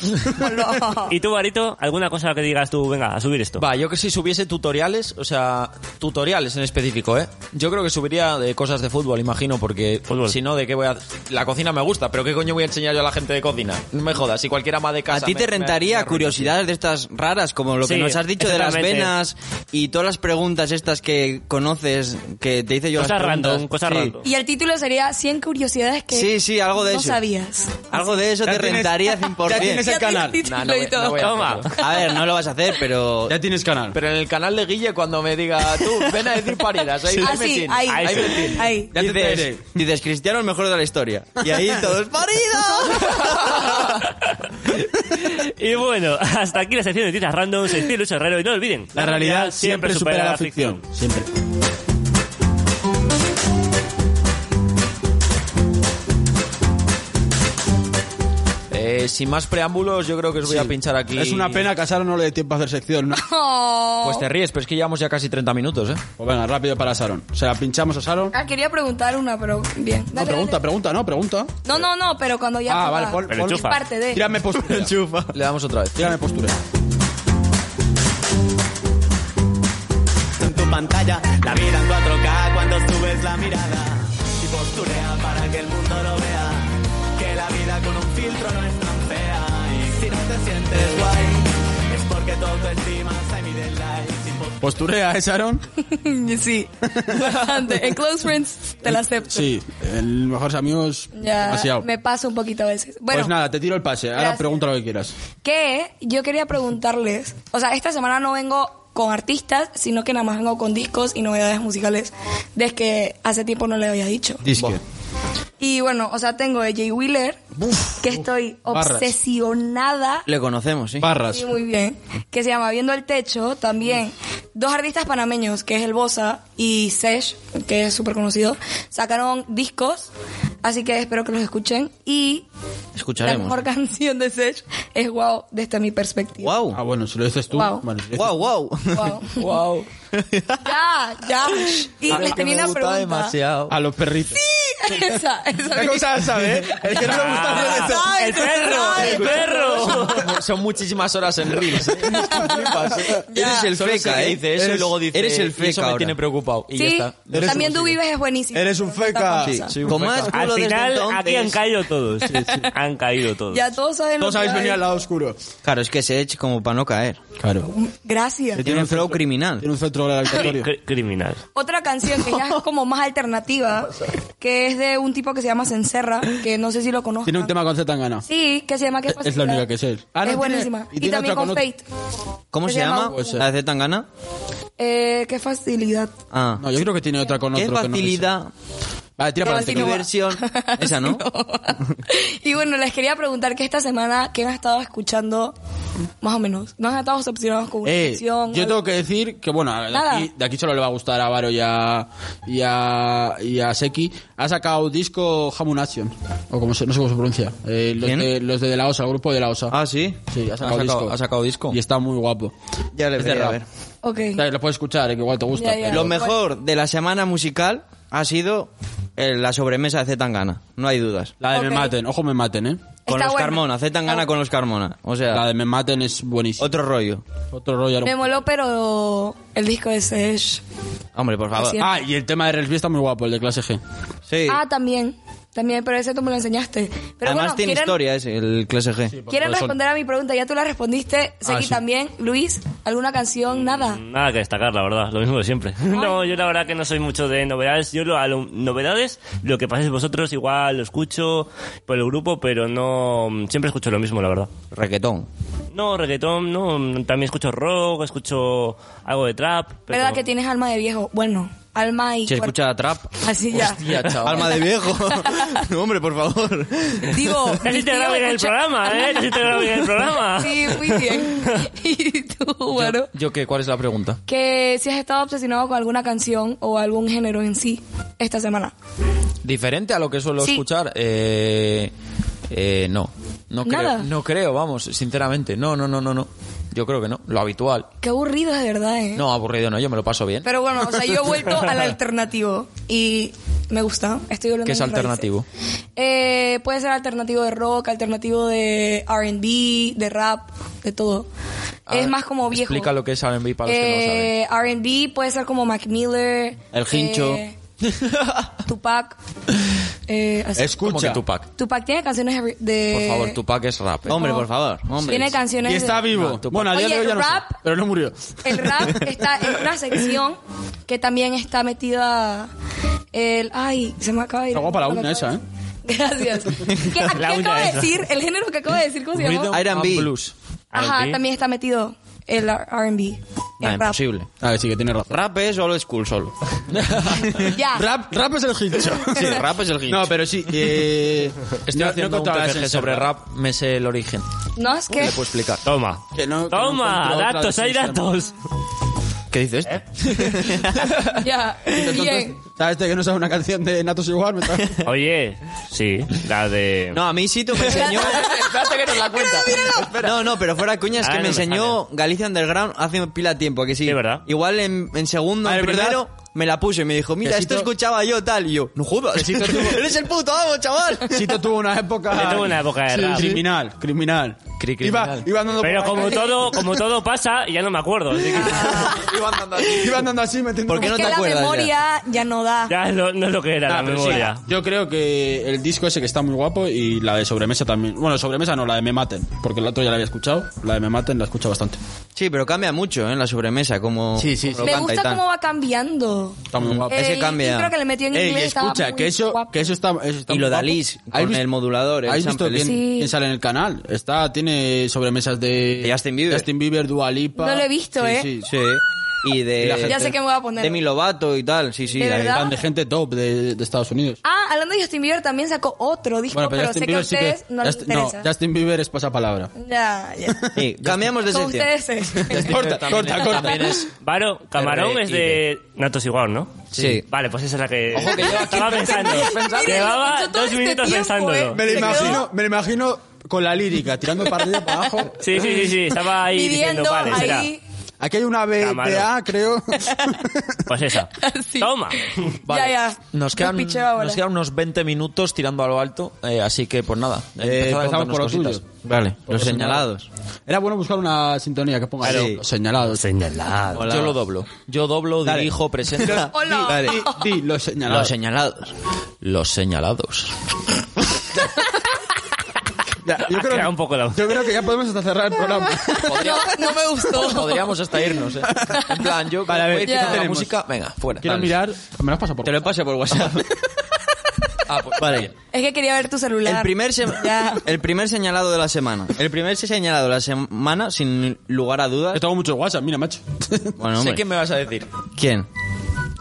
¿Y tú, Barito, alguna cosa que digas tú, venga, a subir esto? Va, yo que si subiese tutoriales, o sea, tutoriales en específico, ¿eh? Yo creo que subiría de cosas de fútbol, imagino, porque Fútbol. si no, ¿de qué voy a...? La cocina me gusta, pero ¿qué coño voy a enseñar yo a la gente de cocina? No me jodas, si cualquiera más de A casa... ti me- te me- rentaría me arruina. curiosidades de estas raras, como lo que Sí, nos has dicho de las exactamente. venas y todas las preguntas estas que conoces, que te hice yo Cosas las preguntas. random, cosas Sí. random. Y el título sería 100 curiosidades que Sí, sí, algo de no eso. sabías. Algo de eso Ya te [LAUGHS] tienes- rentaría ya tienes 100%. el canal. tiene título Nah, no voy- y todo. no voy a Toma. hacerlo. A ver, no lo vas a hacer, pero... Ya tienes canal. Pero en el canal de Guille, cuando me diga, tú, ven a decir paridas, eh". ahí, Ah, ahí me sí, tienes. ahí. Ahí me Ahí. tienes. Ya te Dices, traeré. dices, Cristiano el mejor de la historia. Y ahí [LAUGHS] todos, [LAUGHS] ¡parido! Y bueno, [LAUGHS] hasta aquí la sección de noticias random. Soy Luis Herrero y no olviden. La realidad siempre supera la ficción. Siempre. Eh, sin más preámbulos, yo creo que os voy a Sí. pinchar aquí... Es una pena que a Sharon no le dé tiempo a hacer sección. [LAUGHS] ¿no? [LAUGHS] Oh. Pues te ríes, pero es que llevamos ya casi 30 minutos, ¿eh? Pues venga, rápido para Sharon. Se la pinchamos a Sharon. Ah, quería preguntar una, pero bien. No, Dale, pregunta, dale. pregunta, no, pregunta. No, no, no, pero cuando ya. Ah, pueda. vale, pon, Pero pon- enchufa. Parte de. Tírame postura. Le damos otra vez. Tírame postura. en tu pantalla. La vida en 4K cuando subes la mirada. Y posturea para que el mundo lo vea. Que la vida con un filtro no es tan fea. Y si no te sientes guay, es porque todo autoestima está en mi Posturea, ¿eh, Sharon? [LAUGHS] sí. Bastante. En Close Friends te la acepto. Sí, en mejores amigos, Ya demasiado. me paso un poquito a veces. Bueno, pues nada, te tiro el pase. Ahora Gracias. pregunta lo que quieras. que yo quería preguntarles, o sea, esta semana no vengo con artistas, sino que nada más vengo con discos y novedades musicales desde que hace tiempo no le había dicho. Disque. Y bueno, o sea, tengo de Jay Wheeler, que estoy barras. obsesionada. Le conocemos, sí. Barras. Sí, muy bien. Que se llama Viendo el Techo, también. Dos artistas panameños, que es El Bosa y Sesh, que es súper conocido, sacaron discos, así que espero que los escuchen. Y la Escucharemos. mejor [LAUGHS] canción de Sesh es Wow, desde mi perspectiva. Wow. Ah, bueno, si lo dices tú. Guau. Vale, si lo dices Wow, wow. Wow. [LAUGHS] ya, ya. Y les tenía una pregunta. tú. A los perritos. [LAUGHS] Esa, esa. ¿Qué cosas sabes? El que no le gusta [LAUGHS] hacer Ah, eso. Ay, ¡El se perro! sabe. ¡El perro! Son muchísimas horas en Reels. [LAUGHS] ¿eh? Es que flipas, ¿eh? Ya. Eres el Solo sé feca, que ¿eh? dice eso y Eres- luego dice Eres el "Y feca Eso me ahora. tiene preocupado. Y ya Sí, está. también tú vives es buenísimo. Eres un feca. Tanta Sí, cosa. soy un Con feca. más Al culo desde final, entonces. aquí han caído todos. Han caído todos. Ya todos saben Todos lo que habéis venido hay. al lado oscuro. Claro, es que se eche como para no caer. Claro. Gracias. Tiene un flow criminal. Tiene un centro gravitatorio. Cri- criminal. Otra canción que ya es como más alternativa, que es de un tipo que se llama Sencerra, que no sé si lo conozco. Tiene un tema con Zetangana. Sí, que se llama ¿Qué Es- es la única que sé. Ah, no, es tiene- buenísima. y Y, tiene también otra con con Fate. ¿Cómo Se se, llama- llama? ¿La de Tangana? Eh, [LAUGHS] qué facilidad. Ah. No, yo creo que tiene otra con Qué otro. que no sé. facilidad. Vale, tira para Qué adelante. Qué no va. [LAUGHS] diversión. Esa, ¿no? y bueno, les quería preguntar que esta semana, ¿qué han estado escuchando? Más o menos. ¿No han estado obsesionados con una Eh, canción? yo tengo que decir que, bueno, de Nada. aquí, de aquí solo le va a gustar a Varo y a, y a, y a Seki. Ha sacado disco Hamunation, o como se, no sé cómo se pronuncia. Eh, los, ¿Quién? de, los de La Osa, el grupo de La Osa. Ah, sí. sí, Ha ha sacado, sacado- disco. ha sacado disco. Y está muy guapo. Ya le Es de veré, a rap. ver. Ok. O sea, Lo puedes escuchar, eh, que igual te gusta. Ya, ya. Lo mejor de la semana musical ha sido eh, la sobremesa de Zetangana. No hay dudas. La de Ok. Me Maten, ojo Me Maten, ¿eh? Con Está los bueno. Carmona. Zetangana con los Carmona. O La sea, de Me Maten es buenísima. otro rollo. Otro rollo. Me moló, pero el disco de Sesh. Hombre, por favor. Así es. Ah, y el tema de Resby está muy guapo, el de clase G. Sí. Ah, también. También, pero ese tú me lo enseñaste. Pero Además bueno, tiene ¿quieren, historia ese, el clase G. ¿quieren Pues son- responder a mi pregunta? Ya tú la Ah, respondiste. Seki sí. también. Luis, ¿alguna canción? Nada. Nada que destacar, la verdad, lo mismo de siempre. [LAUGHS] No, yo la verdad que no soy mucho de novedades. Yo lo, a lo- novedades, lo que paséis vosotros, igual lo escucho por el grupo, pero no. Siempre escucho lo mismo, la verdad. Requetón. No, reggaetón, no. También escucho rock, escucho algo de trap. Pero... ¿Verdad que tienes alma de viejo? Bueno, alma y Se cuerpo. escucha trap. Así ya. Hostia, chaval. Alma de viejo. [LAUGHS] no, hombre, por favor. [LAUGHS] Digo, Te has mi tío integrado bien en el escucha- programa, ¿eh? Te has integrado bien en el programa. [LAUGHS] Sí, muy [LAUGHS] bien. [LAUGHS] Y tú, bueno. ¿Yo qué? ¿Cuál es la pregunta? Que si has estado obsesionado con alguna canción o algún género en sí esta semana. Diferente a lo que suelo Sí. escuchar, eh, eh, no. No creo, Nada. no creo, vamos, sinceramente. No, no, no, no, no. Yo creo que no. Lo habitual. Qué aburrido es de verdad, ¿eh? No, aburrido no, yo me lo paso bien. Pero bueno, o sea, yo he vuelto al alternativo y me gusta. Estoy volviendo ¿Qué es a mis alternativo? raíces. Eh, puede ser alternativo de rock, alternativo de R&B, de rap, de todo. A es ver, más como viejo. Explica lo que es R&B para los que Eh, R&B puede ser como Mac Miller. El Hincho. eh, Tupac. eh, así. no saben. Como que Escucha. Tupac. Tupac tiene canciones every- de... Por favor, Tupac es rap. ¿eh? Hombre, por favor. Hombre. Tiene canciones Y está de- vivo. No, tú- bueno, a día Oye, de hoy ya no sé, rap. pero no murió. El rap está en una sección que también está metida el... Ay, se me acaba de ir. Agua para la Lo que uña acabo esa, ¿eh? de- Gracias. ¿Qué, a- La qué uña acabo de esa. decir? El género que acabo de decir, ¿cómo se llama? Rhythm Ah, R&B. and Blues. Ajá, R&B. también está metido el R&B. El Nah, rap. imposible. A ver, Ah, sí que tiene razón. Rap es solo school [LAUGHS] solo. Ya. Rap, rap es el hincho. Sí, rap es el [LAUGHS] hit. No, pero sí. [LAUGHS] Eh, Estoy no- no haciendo un contaba la TFG esencia sobre del rap, me sé el origen. No, es que... Le puedo explicar. Toma. Que no- que no Toma, encuentro otra datos, hay definición. datos. [LAUGHS] ¿Qué dices? ¿Eh? Ya. Bien. Entonces, ¿Sabes de que no sabe una canción de Natos igual? [LAUGHS] Me está- Oye, sí, la de... No, a mí Sito [LAUGHS] me enseñó. Espérate que nos la cuenta. [LAUGHS] No, no, pero fuera cuña es Ah, que no me me enseñó Galicia Underground hace pila de tiempo, ¿a que sí. Sí, ¿verdad? Igual en, en segundo, Ah, en ¿es verdad? primero, me la puse y me dijo, mira, Que esto Sito- escuchaba yo tal. Y yo, no jodas. [LAUGHS] Sito tuvo- Eres el puto amo, [LAUGHS] chaval. Sito tuvo una época. Yo tuve una época de Sí, rap. Criminal, criminal. Cri- Iba, criminal. iba andando por Pero la como calle, todo, como todo pasa, ya no me acuerdo. así [LAUGHS] que- [LAUGHS] Iba andando así metiendo. ¿Por qué Es no que te la acuerdas ya? memoria ya, no da. Ya no, no es lo que era Ah, la pero sí, memoria. yo creo que el disco ese que está muy guapo y la de sobremesa también. Bueno, sobremesa no, la de Me Maten, porque el otro ya la había escuchado. La de Me Maten la he escuchado bastante. Sí, pero cambia mucho ¿eh? en la sobremesa, como. Sí, sí, como Me lo canta y gusta tal. cómo va cambiando. Está muy guapo. Ese Eh, cambia. Yo creo que le metió en Ey, inglés. estaba escucha, muy que eso, guapo. que eso está, eso está Y lo muy de guapo. Alice, ¿Habéis con visto- el modulador, el ¿Habéis visto sample quién, ese? Sí. quién sale en el canal? Está, tiene sobremesas de... De Justin Bieber. Justin Bieber, Dua Lipa. No lo he visto, Sí, ¿eh? sí, sí. Sí. Y de. Y la gente- Ya sé que me voy a poner. De mi Lovato y tal, sí, sí. ¿De ahí. verdad? Van de gente top de, de Estados Unidos. Ah, hablando de Justin Bieber, también sacó otro disco, pero, sé que a sí ustedes no les Justin- interesa. Justin Bieber es pasapalabra. Ya, ya. [LAUGHS] Sí, cambiamos de [LAUGHS] Como esencia. [LAUGHS] ustedes. eh. Corta, corta, corta. Varo, camarón E R, es de Natos Igual, ¿no? Sí. Vale, pues esa es la que, Ojo, que lleva estaba 15 pensando. minutos [LAUGHS] pensando. Llevaba Mira, yo todo dos este minutos tiempo, eh, pensándolo. Me lo Se quedó- imagino, me lo imagino con la lírica, tirando para arriba y para abajo. Sí, sí, sí, sí, estaba [LAUGHS] ahí Viviendo diciendo, vale, será. ahí. Aquí hay una B, Camarón. BA, creo. Pues [LAUGHS] esa. Ah, Sí. Toma. Vale. Ya, ya. Nos [LAUGHS] Yo quedan, picheo ahora. nos quedan unos 20 minutos tirando a lo alto, eh, así que pues nada. Eh, empezad a empezamos por lo contarnos tuyo. cositas. Vale, Por los los señalados. [LAUGHS] Era bueno buscar una sintonía que ponga Claro. ahí, los señalados. Señalados. Yo lo doblo. Yo doblo, Dale. dirijo, [LAUGHS] presento. Hola. Vale. Di, di, los Los señalados. señalados. Los [LAUGHS] señalados. Ya, [LAUGHS] yo, Ha creo, quedado un poco la- yo creo que ya podemos hasta cerrar [LAUGHS] el programa. [LAUGHS] No, no me gustó. Podríamos hasta irnos, ¿eh? En plan, yo Vale, a ver, voy ¿qué quitando la tenemos? música. Venga, fuera. Quiero Dale. mirar. Me lo has pasado por. Te lo pasé por [LAUGHS] WhatsApp. Ah, pues, [LAUGHS] Vale. Es que quería ver tu celular. El primer, se- Ya. el primer señalado de la semana. El primer señalado de la semana, sin lugar a dudas. Yo tengo mucho WhatsApp, mira, macho. Bueno, sé hombre. qué me vas a decir. ¿Quién?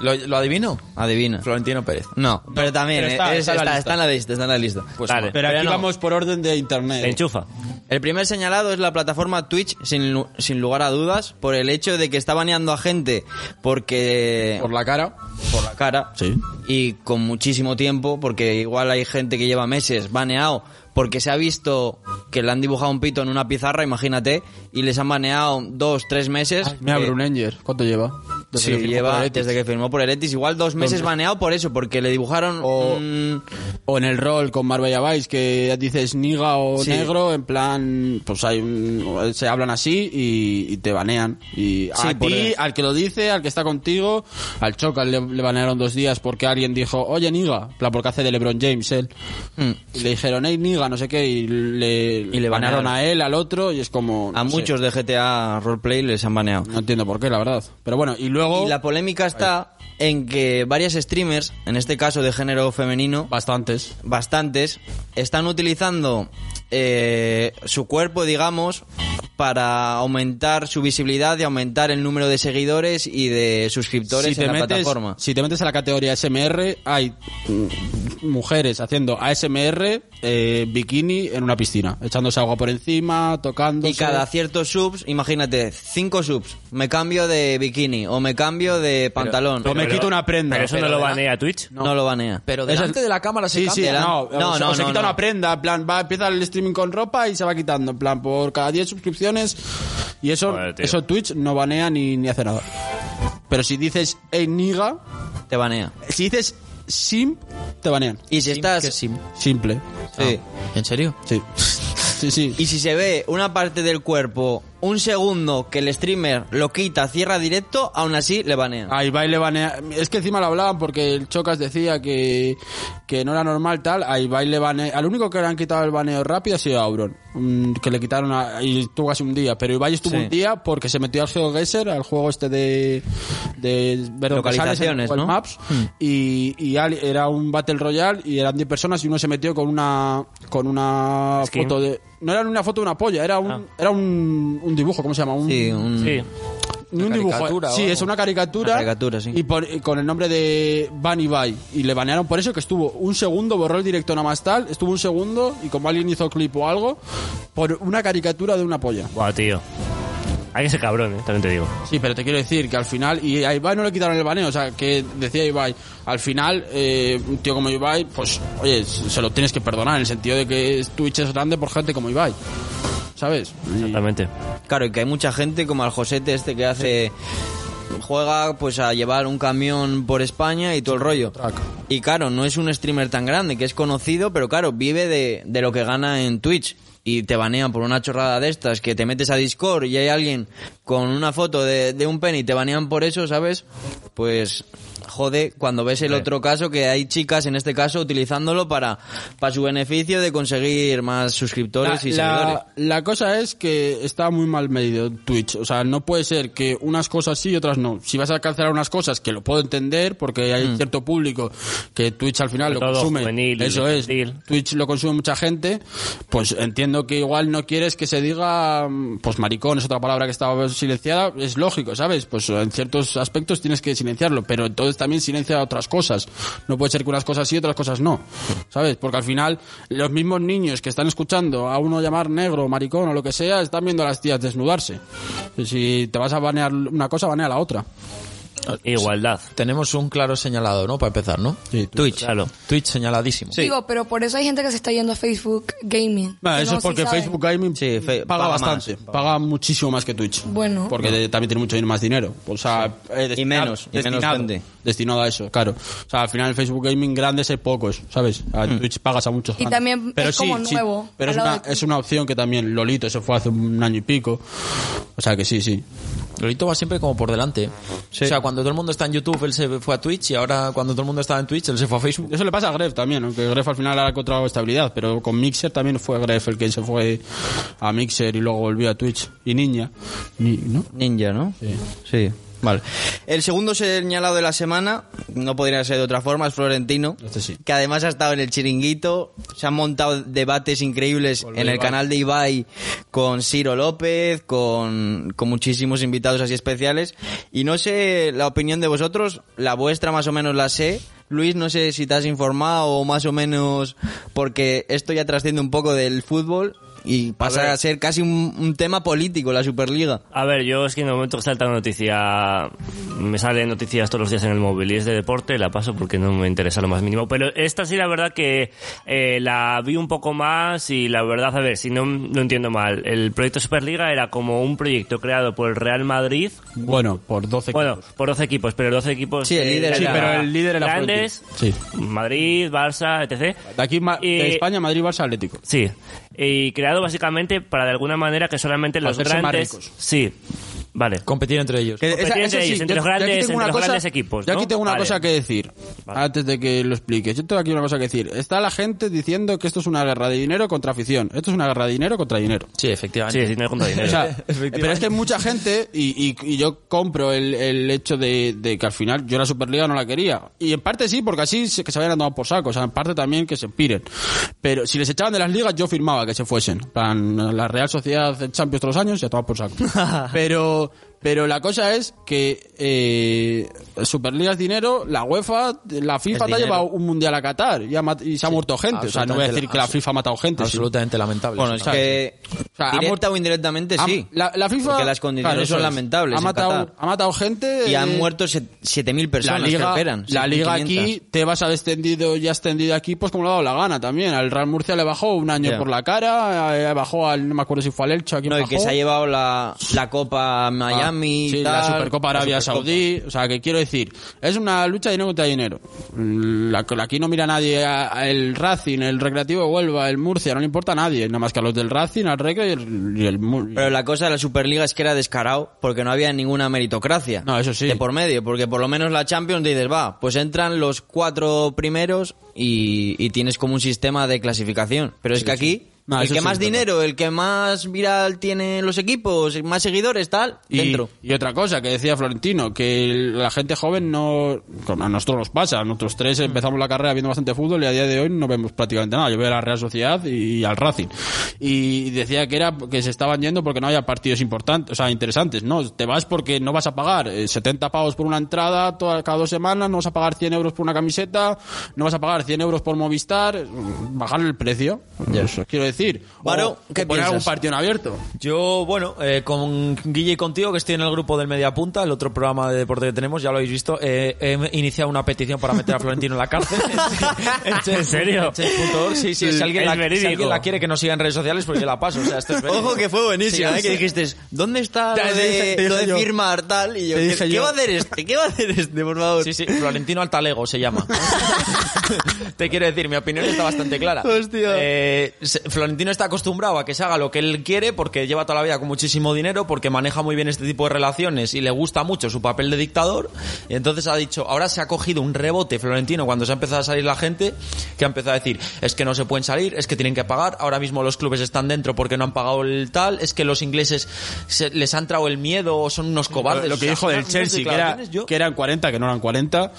¿Lo, lo adivino? Adivina. Florentino Pérez. No, pero también pero está- eh, es- está en la lista. está está en la lista. Está en la lista. Pues Vale. no. [LAUGHS] Pero aquí no. vamos por orden de internet. Enchufa. El primer señalado es la plataforma Twitch, sin, lu- sin lugar a dudas, por el hecho de que está baneando a gente porque... Por la cara. por la cara. Sí. Y con muchísimo tiempo, porque igual hay gente que lleva meses baneado porque se ha visto que le han dibujado un pito en una pizarra, imagínate, y les han baneado dos, tres meses. Mira, Eh, Brunenger, ¿cuánto lleva? Desde Sí, que firmó por lleva el Betis. desde que firmó por el Etis, igual dos Dos meses meses. baneado por eso, porque le dibujaron O- un- O en el rol con Marbella Vice, que dices niga o Sí. negro, en plan, pues hay un- se hablan así y, y te banean. Y Sí, a por ti, el- al que lo dice, al que está contigo, al Choca le, le banearon dos días porque alguien dijo, oye niga, en plan porque hace de LeBron James él. Mm. Y le dijeron, hey niga, no sé qué, y le, le banearon banearon. a él, al otro, y es como... a no sé, muchos de GTA Roleplay les han baneado. no entiendo por qué, la verdad. Pero bueno, y luego... Y la polémica está en que varias streamers, en este caso de género femenino, Bastantes. bastantes, están utilizando eh, su cuerpo, digamos, para aumentar su visibilidad y aumentar el número de seguidores y de suscriptores si te, en la metes, plataforma. si te metes a la categoría SMR, hay mm, mujeres haciendo ASMR, eh, bikini en una piscina, echándose agua por encima, tocando. Y cada ciertos subs, imagínate, cinco subs, me cambio de bikini o me cambio de pantalón. o me quito una prenda. Pero eso Pero no lo ¿verdad? banea Twitch. no. lo banea. Pero Esa es- delante de la cámara se Sí, sí, cambia. no, No, o se- no, o se no, quita no. una prenda, en plan, va a empezar el streaming con ropa y se va quitando, en plan, por cada 10 suscripciones. Y eso, Joder, tío. eso Twitch no banea ni, ni hace nada. Pero si dices, hey, niga, Te banea. si dices simp, te banean. Y si estás... ¿Qué sim? Simple. Sí. Ah, ¿En serio? Sí. [LAUGHS] Sí, sí. Y si se ve una parte del cuerpo un segundo que el streamer lo quita, cierra directo, aún así le banean. Ahí va y le banea. Es que encima lo hablaban porque el Chocas decía que, que no era normal tal. Ahí va y le banea. Al único que le han quitado el baneo rápido ha sido Auron. mm, que le quitaron a- y estuvo casi un día. Pero Ibai estuvo Sí. un día porque se metió al GeoGuessr, al juego este de, de ver dónde sales en Localizaciones, Google ¿no? Hmm. Maps. Y, y al- era un Battle Royale y eran 10 personas y uno se metió con una, con una Skin. foto de. No era una foto de una polla, era un, era un, un dibujo, ¿cómo se llama? Un, Ah. Sí, un- Sí. ni un Una dibujo. caricatura o Sí, algo. es una caricatura. Una caricatura, sí. Y, por- y con el nombre de Van Ibai. Y le banearon por eso, que estuvo un segundo, borró el directo nada más tal, estuvo un segundo y como alguien hizo clip o algo, por una caricatura de una polla. Buah, tío. Hay que ser cabrón, ¿eh? también te digo. Sí, pero te quiero decir que al final, y a Ibai no le quitaron el baneo, o sea, que decía Ibai, al final, eh, un tío como Ibai, pues, oye, se lo tienes que perdonar, en el sentido de que Twitch es grande por gente como Ibai. ¿Sabes? Y- Exactamente. Claro, y que hay mucha gente como al Josete este que hace... Juega pues a llevar un camión por España y todo el rollo. Y claro, no es un streamer tan grande, que es conocido, pero claro, vive de, de lo que gana en Twitch. Y te banean por una chorrada de estas, que te metes a Discord y hay alguien con una foto de, de un penny y te banean por eso, ¿sabes? Pues jode cuando ves el otro caso que hay chicas en este caso utilizándolo para, para su beneficio de conseguir más suscriptores y seguidores. la cosa es que está muy mal medido Twitch. O sea, no puede ser que unas cosas sí y otras no. Si vas a cancelar unas cosas, que lo puedo entender, porque Mm. hay cierto público que Twitch al final lo Sobre todo consume. juvenil y Eso es. infantil. Twitch lo consume mucha gente. Pues entiendo que igual no quieres que se diga, mm, pues maricón es otra palabra que estaba silenciada. Es lógico, ¿sabes? Pues en ciertos aspectos tienes que silenciarlo, pero entonces también silencia otras cosas. No puede ser que unas cosas sí y otras cosas no. ¿Sabes? Porque al final los mismos niños que están escuchando a uno llamar negro, maricón o lo que sea, están viendo a las tías desnudarse. Y Si te vas a banear una cosa, banea la otra. Ah, Igualdad. Tenemos un claro señalado, ¿no? Para empezar, ¿no? Twitch. Claro. Twitch señaladísimo. Digo, pero por eso hay gente que se está yendo a Facebook Gaming. Bueno, Que eso no es se porque sabe. Facebook Gaming Sí, fe- paga, paga bastante, más. paga muchísimo más que Twitch. Bueno. Porque de- también tiene mucho más dinero. O sea, eh, Y menos, y menos destinado, gente. destinado a eso, claro. O sea, al final el Facebook Gaming grandes hay pocos, ¿sabes? A Hmm. Twitch pagas a muchos. Y grandes. también es como nuevo, pero al es lado una, de- es una opción que también Lolito, eso fue hace un año y pico. O sea que sí, sí. Lolito va siempre como por delante. O sea, cuando todo el mundo está en YouTube, él se fue a Twitch y ahora cuando todo el mundo estaba en Twitch, él se fue a Facebook. Eso le pasa a Gref también, aunque Gref al final ha encontrado estabilidad, pero con Mixer también fue Gref el que se fue a Mixer y luego volvió a Twitch. Y Niña. Ni- ¿no? Ninja, ¿no? Sí. Vale. El segundo señalado de la semana, no podría ser de otra forma, es Florentino. Este sí. Que además ha estado en el chiringuito, se han montado debates increíbles en el canal de Ibai con Ciro López, con, con muchísimos invitados así especiales. Y no sé la opinión de vosotros, la vuestra más o menos la sé. Luis, no sé si te has informado o más o menos, porque esto ya trasciende un poco del fútbol y pasa a, ser casi un- un tema político la Superliga. A ver, yo es que en el momento que salta una noticia, me salen noticias todos los días en el móvil y es de deporte, la paso porque no me interesa lo más mínimo. Pero esta sí, la verdad que eh, la vi un poco más y la verdad, a ver, si no lo entiendo mal, el proyecto Superliga era como un proyecto creado por el Real Madrid. Bueno, por 12 Bueno, por 12 equipos, pero los 12 equipos... Sí, el eh, líder Sí, eran pero el líder era Grandes, Florentino. Madrid, Barça, etc. De aquí ma- de Y- España, Madrid, Barça, Atlético. Sí, y creado básicamente para de alguna manera que solamente los hacerse más grandes, ricos. sí, Vale. Competir entre ellos. Que Competir esa- entre eso sí, ellos, entre yo- los yo aquí grandes- tengo una entre los cosa- grandes equipos, Yo aquí ¿no? tengo una Vale. cosa que decir, Vale. antes de que lo expliques. Yo tengo aquí una cosa que decir. Está la gente diciendo que esto es una guerra de dinero contra afición. Esto es una guerra de dinero contra dinero. Sí, efectivamente. Sí, sí, no hay junto de dinero. [LAUGHS] O sea, [LAUGHS] Efectivamente. pero es que mucha gente, y, y- y yo compro el, el hecho de, de que al final yo la Superliga no la quería. Y en parte sí, porque así se- que se habían tomado por saco. O sea, en parte también que se piren. Pero si les echaban de las ligas, yo firmaba que se fuesen. En plan, la Real Sociedad Champions todos los años y a tomar [LAUGHS] por saco. pero, pero la cosa es que eh, Superliga es dinero, la UEFA, la FIFA te ha dinero. llevado un mundial a Qatar y ha, mat- y se ha muerto gente. O sea, no voy a absolutamente decir que la la- FIFA ha matado Ah, gente. sí. Absolutamente lamentable. Bueno, es O sea, que O sea, ha directa muerto- o indirectamente Ha- sí. Ah, La, la FIFA. Porque las condiciones claro, eso son es. lamentables. Ha en matado, Qatar. ha matado gente. y han eh, muerto set- 7.000 La personas que liga, operan. la liga aquí, 7.500. Tebas ha extendido y ha extendido aquí, pues como le ha dado la gana también. Al Real Murcia le bajó un año Ya. por la cara, eh, bajó al, no me acuerdo si fue al Elche, aquí Ah, No, y que se ha llevado la, la Copa a Miami. y la tal. Supercopa La Arabia Supercopa. Saudí. O sea, que quiero decir, es una lucha de dinero contra dinero. La- aquí no mira nadie a- a el Racing, el Recreativo de Huelva, el Murcia, no le importa a nadie. Nada más que a los del Racing, al Recre y el, y el Mur- Pero la cosa de la Superliga es que era descarado porque no había ninguna meritocracia. No, eso sí. De por medio, porque por lo menos la Champions dices, va, pues entran los cuatro primeros y, y tienes como un sistema de clasificación. Pero es que aquí, No, el eso que sí más es verdad. dinero, el que más viral tiene los equipos, más seguidores, tal, Y, dentro. y otra cosa que decía Florentino, que el- la gente joven no... A nosotros nos pasa, nosotros tres Mm. empezamos la carrera viendo bastante fútbol y a día de hoy no vemos prácticamente nada. Yo veo a la Real Sociedad y, y al Racing. Y decía que era que se estaban yendo porque no había partidos importantes, o sea, interesantes. No, te vas porque no vas a pagar eh, 70 pavos por una entrada toda- cada dos semanas, no vas a pagar 100 euros por una camiseta, no vas a pagar 100 euros por Movistar, mm, bajar el precio. Eso quiero decir. O- Varo, o ¿qué poner algún piensas? partido en abierto. Yo, bueno, eh, con Guille y contigo, que estoy en el grupo del Media Punta, el otro programa de deporte que tenemos, ya lo habéis visto, eh, he iniciado una petición para meter a Florentino en la [LAUGHS] cárcel. En chess- ¿En serio? en chess.org. Sí, sí, Es si alguien, la, si verídico. alguien la quiere que nos siga en redes sociales, pues yo la paso. O sea, [LAUGHS] esto es verídico. Ojo que fue buenísimo, Sí, ¿eh? sí. que dijiste, ¿dónde está Ya, lo te dije- te de, lo dije de yo. firmar tal? Y yo, Te ¿qué, dije qué yo. va a hacer este? ¿Qué va a hacer este, por favor? Sí, sí, Florentino Altalego se llama. Te quiero decir, mi opinión está bastante clara. Hostia. Eh, se- Florentino está acostumbrado a que se haga lo que él quiere porque lleva toda la vida con muchísimo dinero, porque maneja muy bien este tipo de relaciones y le gusta mucho su papel de dictador. Y entonces ha dicho, ahora se ha cogido un rebote Florentino cuando se ha empezado a salir la gente, que ha empezado a decir, es que no se pueden salir, es que tienen que pagar, ahora mismo los clubes están dentro porque no han pagado el tal, es que los ingleses se- les han trao el miedo o son unos cobardes. Lo O que sea, dijo del unas Chelsea, que, era- declaraciones, yo- que eran 40, que no eran 40,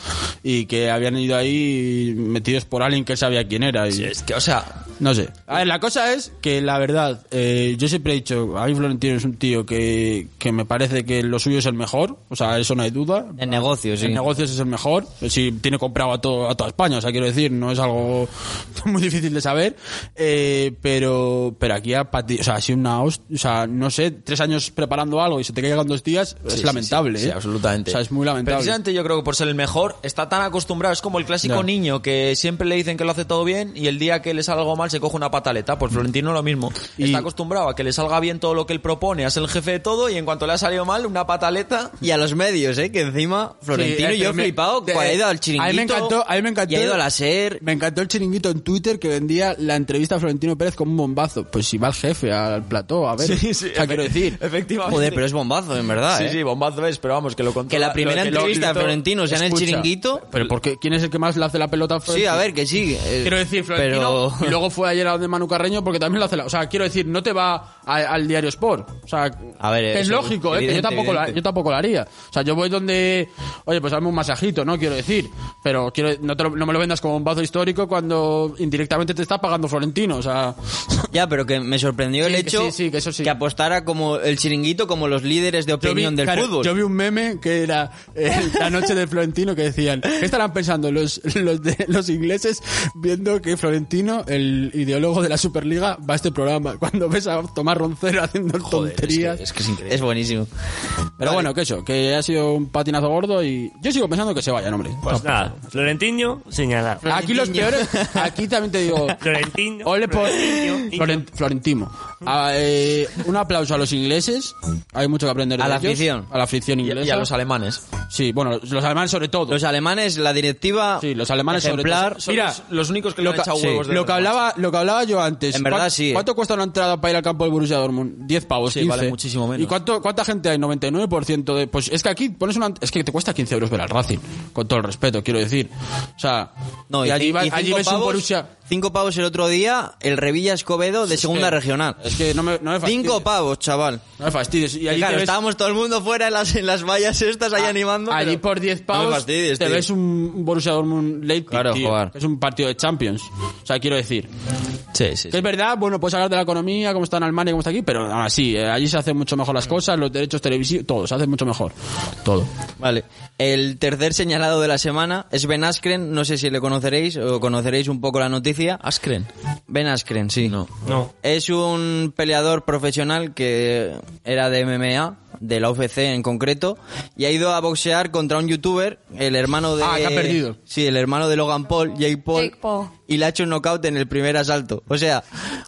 y que habían ido ahí metidos por alguien que él sabía quién era. Y, Sí, Es que, o sea, No sé. A ver, la cosa es que la verdad, eh, yo siempre he dicho, a mí Florentino es un tío que, que me parece que lo suyo es el mejor, o sea, eso no hay duda. En negocios, sí. En negocios es el mejor, si tiene comprado a, todo, a toda España, o sea, quiero decir, no es algo [LAUGHS] muy difícil de saber, eh, pero, pero aquí ha pati- o sea, ha sido una host- o sea, no sé, tres años preparando algo y se te caigan dos días, Sí, es sí, lamentable, sí, sí, ¿eh? absolutamente. O sea, es muy lamentable. Precisamente yo creo que por ser el mejor está tan acostumbrado. Es como el clásico Ya. niño que siempre le dicen que lo hace todo bien y el día que le salga algo mal se coge una pataleta. Pues Florentino lo mismo. Y- Está acostumbrado a que le salga bien todo lo que él propone, a ser el jefe de todo y en cuanto le ha salido mal, una pataleta. Y a los medios, ¿eh? Que encima Florentino Sí, eh, y yo pero he me- flipado de- cuando ha ido al chiringuito. A mí me [LAUGHS] encantó, a mí me encantó. Y ha ido a la SER. Me encantó el chiringuito en Twitter que vendía la entrevista a Florentino Pérez como un bombazo. Pues si va al jefe, al plató, a ver. o sea, eh, quiero decir. Efectivamente. Joder, pero es bombazo, en verdad, Sí, ¿eh? sí, bombazo es, pero vamos, que lo Que Ah, la primera entrevista de Florentino sea en el Escucha, chiringuito. Pero porque quién es el que más le hace la pelota a Sí, Florentino? a ver, que sí. eh, Quiero decir, Florentino. Pero... Y luego fue ayer a donde Manu Carreño porque también lo hace la. O sea, quiero decir, no te va a- al diario Sport. O sea, A ver, que es eso- lógico, eh, que yo evidente, tampoco, la, evidente. yo tampoco lo haría. O sea, yo voy donde. Oye, pues dame un masajito, ¿no? Quiero decir. Pero quiero, no, te lo- no me lo vendas como un bazo histórico cuando indirectamente te está pagando Florentino. O sea. [LAUGHS] Ya, pero que me sorprendió el Sí, que hecho sí, sí, que eso sí. apostara como el chiringuito como los líderes de Yo vi- opinión del claro, fútbol. Yo vi un meme que era eh, la noche de Florentino que decían, ¿qué estarán pensando los, los, de- los ingleses viendo que Florentino, el ideólogo de la Superliga, va a este programa? Cuando ves a Tomás Roncero haciendo tonterías. Es que es increíble. Es buenísimo. Pero bueno, que eso, que ha sido un patinazo gordo y yo sigo pensando que se vayan, hombre. Pues nada, Florentino, señalado. Aquí los peores, aquí también te digo, Florentino. Ole por Florentino, Florent- Florentino. Ah, eh, un aplauso a los ingleses. Hay mucho que aprender de A la ellos. afición. A la afición Y, inglesa. y a los alemanes. Sí, bueno, los alemanes sobre todo. Los alemanes, la directiva... Sí, los alemanes sobre ejemplar, todo. Son Mira, los, los únicos que le lo han que, echado sí, huevos de lo que verdad. hablaba, lo que hablaba yo antes, es. En verdad, ¿Cuán- sí, eh. ¿Cuánto cuesta una entrada para ir al campo del Borussia Dortmund? 10 pavos, Sí, 15. vale muchísimo menos. ¿Y cuánto, cuánta gente hay? 99% de... Pues es que aquí pones una... Es que te cuesta 15 euros ver al Racing, con todo el respeto, quiero decir. O sea... No, y, allí, cin- va- y allí cinco ves un pavos- Borussia... Cinco pavos el otro día, el Revilla Escobedo de segunda Eh, regional. Es que no me, no me fastidies. Cinco pavos, chaval. No me fastidies. Y allí claro, te ves- estábamos todo el mundo fuera en las, en las vallas estas Ah, ahí a- animando. Allí pero- por 10 No me pavos fastidies, te tío. ves un Borussia Dortmund Leipzig, Claro, tío, joder. que es un partido de Champions. O sea, quiero decir... Sí, sí. Que es verdad, bueno, puedes hablar de la economía, cómo está en Alemania, cómo está aquí, pero aún así, eh, allí se hacen mucho mejor las cosas, los derechos televisivos, todo, se hace mucho mejor. Todo. Vale. El tercer señalado de la semana es Ben Askren. No sé si le conoceréis o conoceréis un poco la noticia. Askren. Ben Askren, sí. No. No. Es un peleador profesional que era de MMA, de la UFC en concreto, y ha ido a boxear contra un youtuber, el hermano de... Ah, que ha perdido. Sí, el hermano de Logan Paul, Jake Paul. Jake Paul. Y le ha hecho un knockout en el primer asalto. O sea,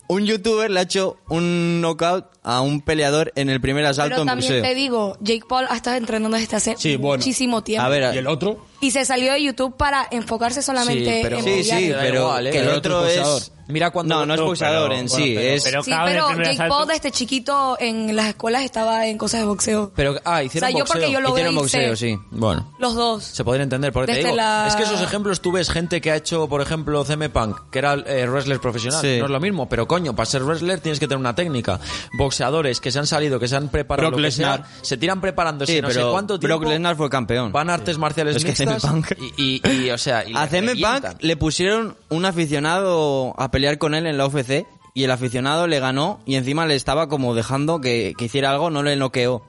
un youtuber le ha hecho un knockout a un peleador en el primer asalto Pero en también boxeo. te digo, Jake Paul ha estado entrenando desde hace Sí, bueno. muchísimo tiempo. A ver, ¿Y el otro? Y se salió de YouTube para enfocarse solamente Sí, pero- en sí, pelear. sí, da pero igual, ¿eh? que el Pero otro, otro es... boxeador. Mira cuando- No, no es no, boxeador pero- en bueno, sí, pero- es... pero- Sí, cabe en el pero primer Jake asalto. Paul desde chiquito en las escuelas estaba en cosas de boxeo. Pero, ah, hicieron o sea, yo boxeo. porque yo lo veo Hicieron y sé, boxeo, sí. Bueno. Los dos. Se podría entender, porque te Desde digo, la- es que esos ejemplos tú ves gente que ha hecho, por ejemplo, CM Punk, que era eh, wrestler profesional, Sí. no es lo mismo, pero coño, para ser wrestler tienes que tener una técnica. Boxeadores que se han salido, que se han preparado, Brock lo que sea, Lesnar. se tiran preparándose Sí, no sé pero cuánto tiempo. Brock Lesnar fue campeón. Van a artes marciales Es que mixtas CM Punk. Y, y- y, o sea, y A le CM revientan. Punk le pusieron un aficionado a pelear con él en la UFC y el aficionado le ganó y encima le estaba como dejando que, que hiciera algo, no le noqueó.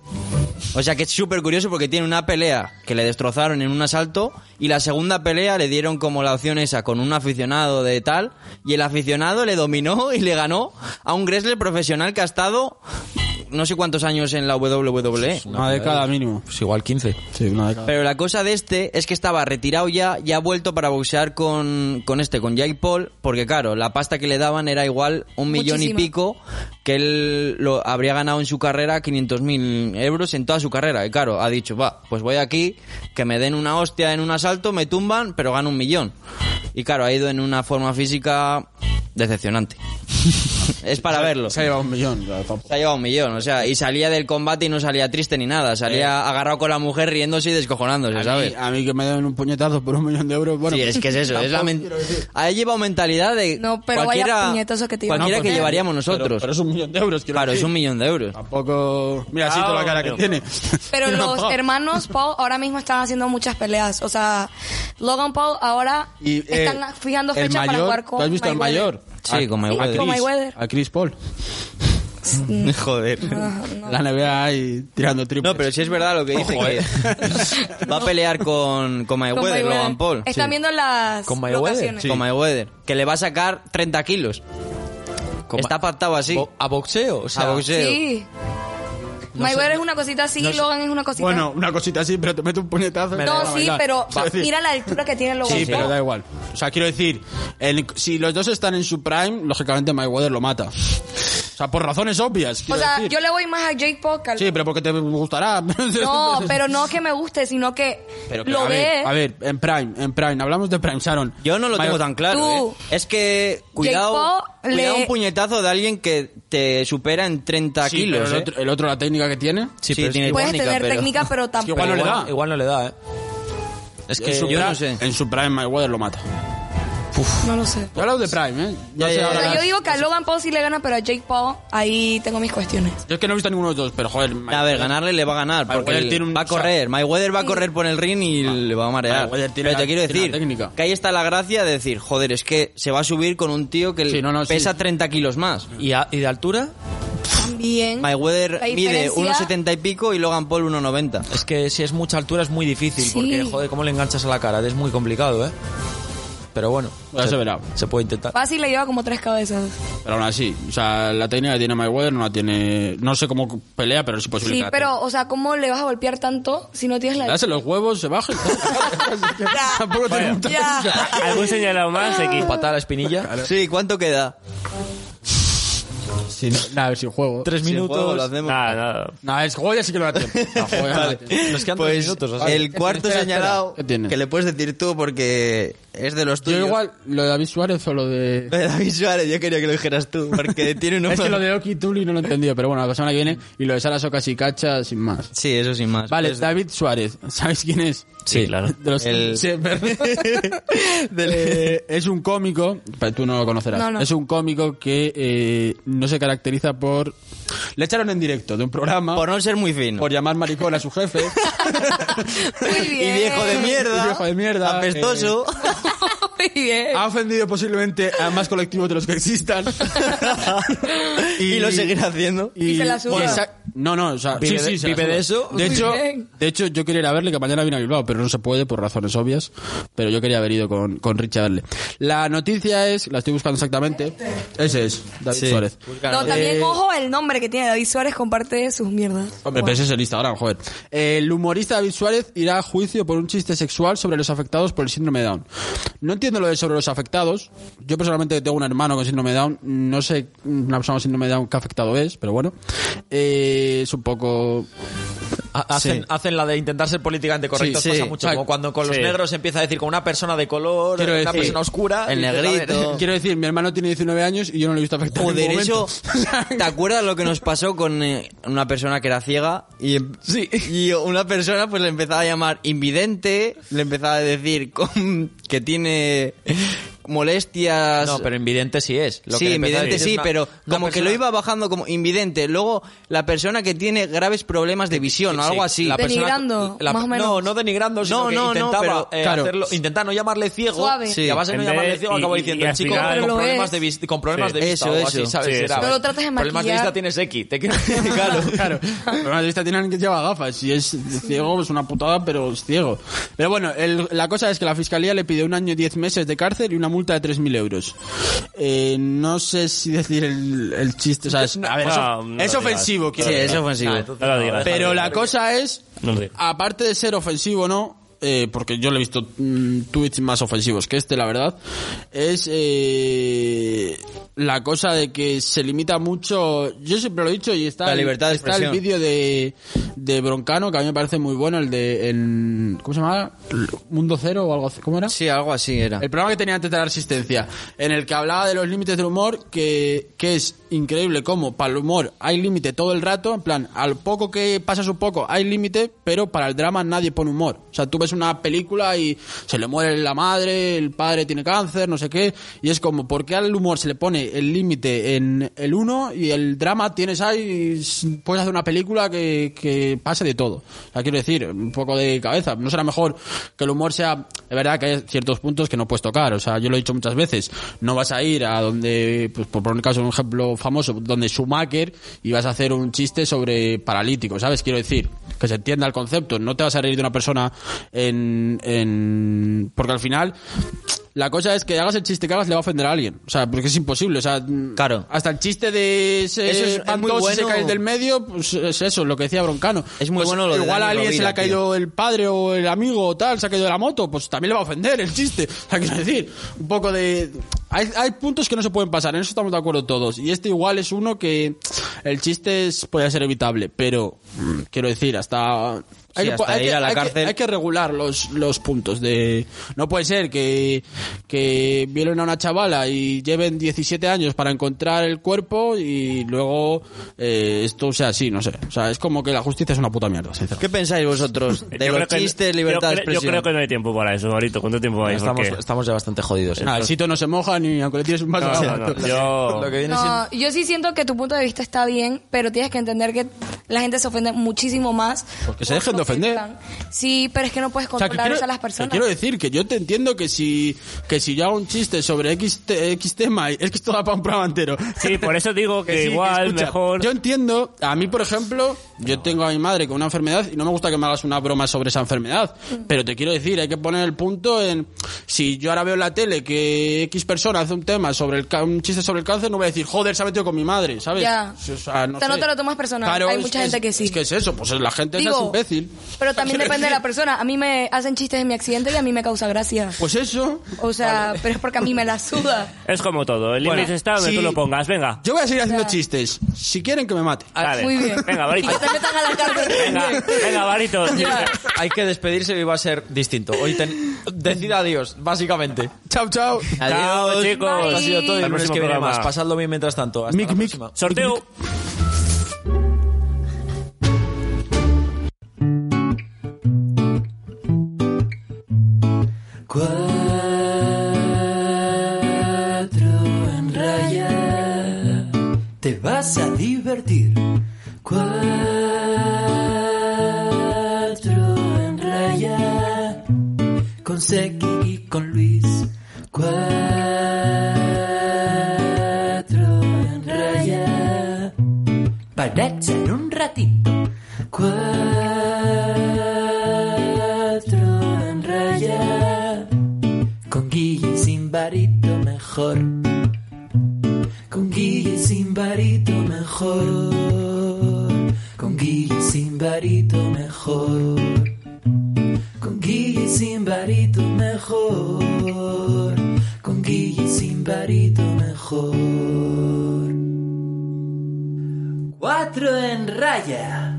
O sea que es súper curioso porque tiene una pelea que le destrozaron en un asalto y la segunda pelea le dieron como la opción esa con un aficionado de tal y el aficionado le dominó [LAUGHS] y le ganó a un wrestler profesional que ha estado no sé cuántos años en la E. WWE. Una década mínimo. Pues igual 15. Sí, una década. Pero la cosa de este es que estaba retirado ya y ha vuelto para boxear con, con este, con Jake Paul, porque claro, la pasta que le daban era igual un millón Muchísima. y pico, que él lo habría ganado en su carrera 500.000 euros en toda su carrera. Y claro, ha dicho, va, pues voy aquí, que me den una hostia en un asalto, me tumban, pero gano un millón. Y claro, ha ido en una forma física decepcionante. [LAUGHS] es para verlo. Se ha llevado un millón. ya, tampoco. Se ha llevado un millón, o sea, y salía del combate y no salía triste ni nada, salía agarrado con la mujer riéndose y descojonándose, A ¿sabes? mí, a mí que me den un puñetazo por un millón de euros, bueno... pues sí, es que es eso. Es la tampoco men- quiero decir- ha llevado mentalidad de No, pero vaya cualquiera, puñetazo que te iban a cualquiera que poner. llevaríamos nosotros. Pero, pero es un millón de euros, quiero claro, es decir. un millón de euros. Tampoco... Mira, así toda la cara que Ah, tiene. [LAUGHS] Pero No, los no. hermanos Paul ahora mismo están haciendo muchas peleas. O sea, Logan Paul ahora [LAUGHS] Y, eh, están fijando el fechas para mayor, jugar con ¿Tú has visto al Mayweather. mayor? Sí, A- con a Mayweather. con Chris- Mayweather. A Chris Paul. [LAUGHS] Joder. Ah. La NBA ahí tirando triples. No, pero si es verdad lo que dice eh. que va a pelear con, con Con Mayweather, Mayweather. Logan Paul. Están Sí. viendo las ¿Con Mayweather? locaciones. Con Mayweather. Que le va a sacar 30 kilos. Con- Está pactado así. Bo- a boxeo, o sea, a boxeo. Sí. Mayweather es una cosita así, Logan es una cosita. Bueno, una cosita así, pero te mete un puñetazo. Me da no, igual, sí, bailar. [LAUGHS] pero Quiero decir- mira la altura que tiene Logan Sí, Paul. pero da igual. O sea, quiero decir, el- si los dos están en su prime, lógicamente Mayweather lo mata. O sea, por razones obvias. o quiero sea, decir. yo le voy más a Jake Paul que al- Sí, pero porque te gustará. [LAUGHS] No, pero eh. no que me guste, sino que Pero que, lo a ver, ve. a ver, en prime, en prime. Hablamos de prime, Sharon. Yo no lo Mayo- tengo tan claro. Tú. ¿eh? Es que cuidado, Paul cuidado le- un puñetazo de alguien que te supera en 30 Sí, kilos. pero el, ¿eh? otro, el otro, la técnica que tiene. Sí, pero es tiene que Puedes técnica, tener pero- técnica, pero tampoco. igual no le da. Eh, Igual no le da, eh. Es en que su yo prime- no sé. En su prime, Mayweather lo mata. No lo sé. Yo hablo de prime, ¿eh? No Ya, sé ya, ahora- Pero yo digo que a Logan Paul sí le gana, pero a Jake Paul ahí tengo mis cuestiones. Yo es que no he visto a ninguno de los dos, pero joder. A ver, ganarle le va a ganar porque Mayweather él tiene un- Ah. va a correr. Mayweather va a correr por el ring y le va a marear. Mayweather tiene Pero te la- quiero tiene decir la técnica. que ahí está la gracia de decir, joder, es que se va a subir con un tío que Sí, no, no, sí. pesa 30 kilos más. ¿Y, a- y de altura? También. Mayweather La mide diferencia- 1,70 y pico y Logan Paul 1,90. Es que si es mucha altura es muy difícil, Sí. porque joder, ¿cómo le enganchas a la cara? Es muy complicado, eh. Pero bueno, Ya se verá. se puede intentar. Fácil le lleva como tres cabezas. Pero aún así, o sea, la técnica que tiene Mayweather no la tiene. No sé cómo pelea, pero es imposible. Sí, que la pero, o sea, ¿cómo le vas a golpear tanto si no tienes Le la... hace los huevos, se baja y [LAUGHS] Así que Tampoco tiene mucha Ya. lógica. ¿Algún señalado más aquí? Patada a la espinilla. Sí, ¿cuánto queda? Si no, nada, a ver si juego. Tres Si el minutos. juego lo hacemos. Nada, nada. Nada, es juego ya sí que lo da [LAUGHS] tiempo. No, juego ya no da tiempo. Nos quedan Pues tres minutos. así. el cuarto espera, espera. señalado ¿Qué tienes? que le puedes decir tú porque es de los tuyos. Yo igual, lo de David Suárez o lo de... [LAUGHS] Lo de [LAUGHS] David Suárez, yo quería que lo dijeras tú porque tiene un Es que lo de Oki Tuli no lo he entendido, pero bueno, la semana que viene. Y lo de Sara Soca y Cacha, sin más. Sí, eso sin más. Vale, Pues- David Suárez. ¿Sabéis quién es? sí, claro. De los- El- Sí, [LAUGHS] perdón. Eh, es un cómico, pero tú no lo conocerás. No, no. Es un cómico que eh, no se caracteriza por. Le echaron en directo de un programa Por por, no ser muy fino. llamar maricón a su jefe. [LAUGHS] Muy y bien. [LAUGHS] viejo de mierda. Y viejo de mierda, eh. Apestoso. [LAUGHS] [LAUGHS] Muy bien. ha ofendido posiblemente a más colectivos de los que existan. y... lo seguirá haciendo. [LAUGHS] Y se la suda. esa- No, no, o sea, Vive sí, de- sí, se la vive suda. de eso. De hecho, bien. de hecho, yo quería ir a verle, que mañana viene a Bilbao, pero no se puede por razones obvias. Pero yo quería haber ido con, con Richie a verle. La noticia es, la estoy buscando exactamente. Ese es, David Sí. Suárez. No, también, Eh, ojo, el nombre que tiene David Suárez comparte sus mierdas. Hombre, pero ese es el Instagram, joder. El humorista David Suárez irá a juicio por un chiste sexual sobre los afectados por el síndrome de Down. No entiendo lo de sobre los afectados. Yo personalmente tengo un hermano con síndrome de Down. No sé una persona con síndrome de Down qué afectado es, pero bueno. Eh, es un poco... Ha- Hacen, Sí. hacen la de intentar ser políticamente correctos Sí, sí. pasa mucho. O sea, como cuando con los sí. negros se empieza a decir con una persona de color, Quiero una decir, persona oscura. el y dices, a ver, [LAUGHS] negrito. [LAUGHS] Quiero decir, mi hermano tiene 19 años y yo no le he visto afectado en Joder, ningún eso. momento. [LAUGHS] [LAUGHS] ¿Te acuerdas lo que nos pasó con eh, una persona que era ciega? Y, em, Sí. y una persona pues le empezaba a llamar invidente, le empezaba a decir con- que tiene molestias. No, pero invidente sí es. Lo sí, que le empezó a invidente decir sí, es una- pero una como que persona- lo iba bajando como invidente. Luego, la persona que tiene graves problemas de visión o Eh, Sí, algo así. la persona- Denigrando, más o menos. No, no denigrando, sino No, que no, no, intentaba, pero- eh, claro. hacerlo, intentar no llamarle Oh, ciego. Suave. Sí. Y a base de En no vez llamarle de- ciego, acabó y- y diciendo, al chico, final- Pero con lo problemas, es. de vis- con problemas de Eso, vista o algo eso. así, ¿sabes? Sí, Era, eso. Pero lo tratas de Problemas de maquillar. vista tienes X. te quiero- [LAUGHS] Claro, claro. Pero de vista tienen que llevar gafas. Si es ciego, es una putada, pero es ciego. Pero bueno, el- la cosa es que la fiscalía le pidió un año y diez meses de cárcel y una multa de 3.000 euros. Eh, no sé si decir el, el chiste, o sea, es, a ver, No, es, ah, no lo es digas. ofensivo, quiero Sí, decir. es ofensivo. No lo digas. Pero la cosa es, No lo digas. aparte de ser ofensivo o no, eh, porque yo le he visto mm, tweets más ofensivos que este, la verdad, es eh, la cosa de que se limita mucho, yo siempre lo he dicho y está, La el- libertad de está el expresión. vídeo de, de Broncano, que a mí me parece muy bueno, el de, en- ¿cómo se llamaba? Mundo Cero o algo así, ¿cómo era? Sí, algo así era. El programa que tenía antes de la resistencia, en el que hablaba de los límites del humor, que, que es increíble cómo para el humor hay límite todo el rato, en plan, al poco que pasas un poco hay límite, pero para el drama nadie pone humor. O sea, tú ves una película y se le muere la madre, el padre tiene cáncer, no sé qué, y es como, ¿por qué al humor se le pone el límite en el uno y el drama tienes ahí, y puedes hacer una película que, que pase de todo? O sea, quiero decir, un poco de cabeza. No será mejor que el humor sea. Es verdad que hay ciertos puntos que no puedes tocar. O sea, yo lo he dicho muchas veces. No vas a ir a donde, pues, por poner un caso, un ejemplo famoso, donde Schumacher y vas a hacer un chiste sobre paralítico, ¿sabes? Quiero decir, que se entienda el concepto. No te vas a reír de una persona en. en... Porque al final. La cosa es que hagas el chiste que hagas le va a ofender a alguien. O sea, porque es imposible. O sea, Claro. hasta el chiste de ese Eso es- es espantoso, muy si se bueno. cae el del medio, pues es eso, lo que decía Broncano. Es muy Pues bueno lo de Igual a Dani alguien se le Rovira, ha caído el padre o el amigo o tal, se ha caído de la moto, pues también le va a ofender el chiste. [LAUGHS] O sea, quiero decir, un poco de... Hay, hay puntos que no se pueden pasar, en eso estamos de acuerdo todos. Y este igual es uno que el chiste es, podría ser evitable, pero mm, quiero decir, hasta... Sí, hasta ir a la hay que- cárcel. hay que regular los, los puntos de... No puede ser que, que violen a una chavala y lleven 17 años para encontrar el cuerpo y luego eh, esto sea así, no sé. O sea, es como que la justicia es una puta mierda, sinceramente. ¿Qué pensáis vosotros de Yo los creo que- chistes, yo libertad de creo- Yo expresión? creo que no hay tiempo para eso, Marito. ¿Cuánto tiempo hay? Estamos, Porque- estamos ya bastante jodidos. ¿eh? Nada, el sitio no se moja ni aunque le tires un vaso No, de no, agua. no, Yo... Lo que viene siendo- No, yo sí siento que tu punto de vista está bien, pero tienes que entender que la gente se ofende muchísimo más. Porque se por dejen de lo que ofender. están. Sí, pero es que no puedes O sea, que controlar eso a las personas. que quiero decir que yo te entiendo que si, que si yo hago un chiste sobre X, te- X tema, es [LAUGHS] que esto da para un programa entero. Sí, por eso digo que, Que sí, que igual escucha, mejor... Yo entiendo, a mí por ejemplo, Yo tengo a mi madre con una enfermedad y no me gusta que me hagas una broma sobre esa enfermedad. Pero te quiero decir, hay que poner el punto en. Si yo ahora veo en la tele que X persona hace un tema sobre el ca- un chiste sobre el cáncer, no voy a decir, joder, se ha metido con mi madre, ¿sabes? Ya. O sea, no O sea, no sé. te lo tomas personal. Hay es- mucha es- gente que sí. Es que es eso, pues la gente esa Digo, es imbécil. Pero también depende de la persona. A mí me hacen chistes de mi accidente y a mí me causa gracia. Pues eso. O sea, pero es porque a mí me la suda. Es como todo, el Bueno, límite está donde sí. tú lo pongas, venga. Yo voy a seguir haciendo Ya. chistes. Si quieren que me mate. Dale. [LAUGHS] Muy bien. Venga, Y que Barito. te metan a la cárcel. Venga, venga, Barito. [LAUGHS] Hay que despedirse y va a ser distinto. Hoy ten- decida adiós, básicamente. Chao, chao. Chao, chicos. Bye. Ha sido todo y Hasta el el lunes próximo que viene programa. más. Pasadlo bien mientras tanto. Hasta Mic, la mic. próxima. Sorteo. Cuatro en raya. Te vas a divertir. Cuatro en raya. Con Seki y con Luis. Cuatro en raya. Para echar un ratito. Cuatro en raya. Con Guille sin varito mejor. Con Guille sin varito mejor. Con Guille sin varito mejor. Con Guille sin varito mejor. Con Guille sin varito mejor. Cuatro en raya.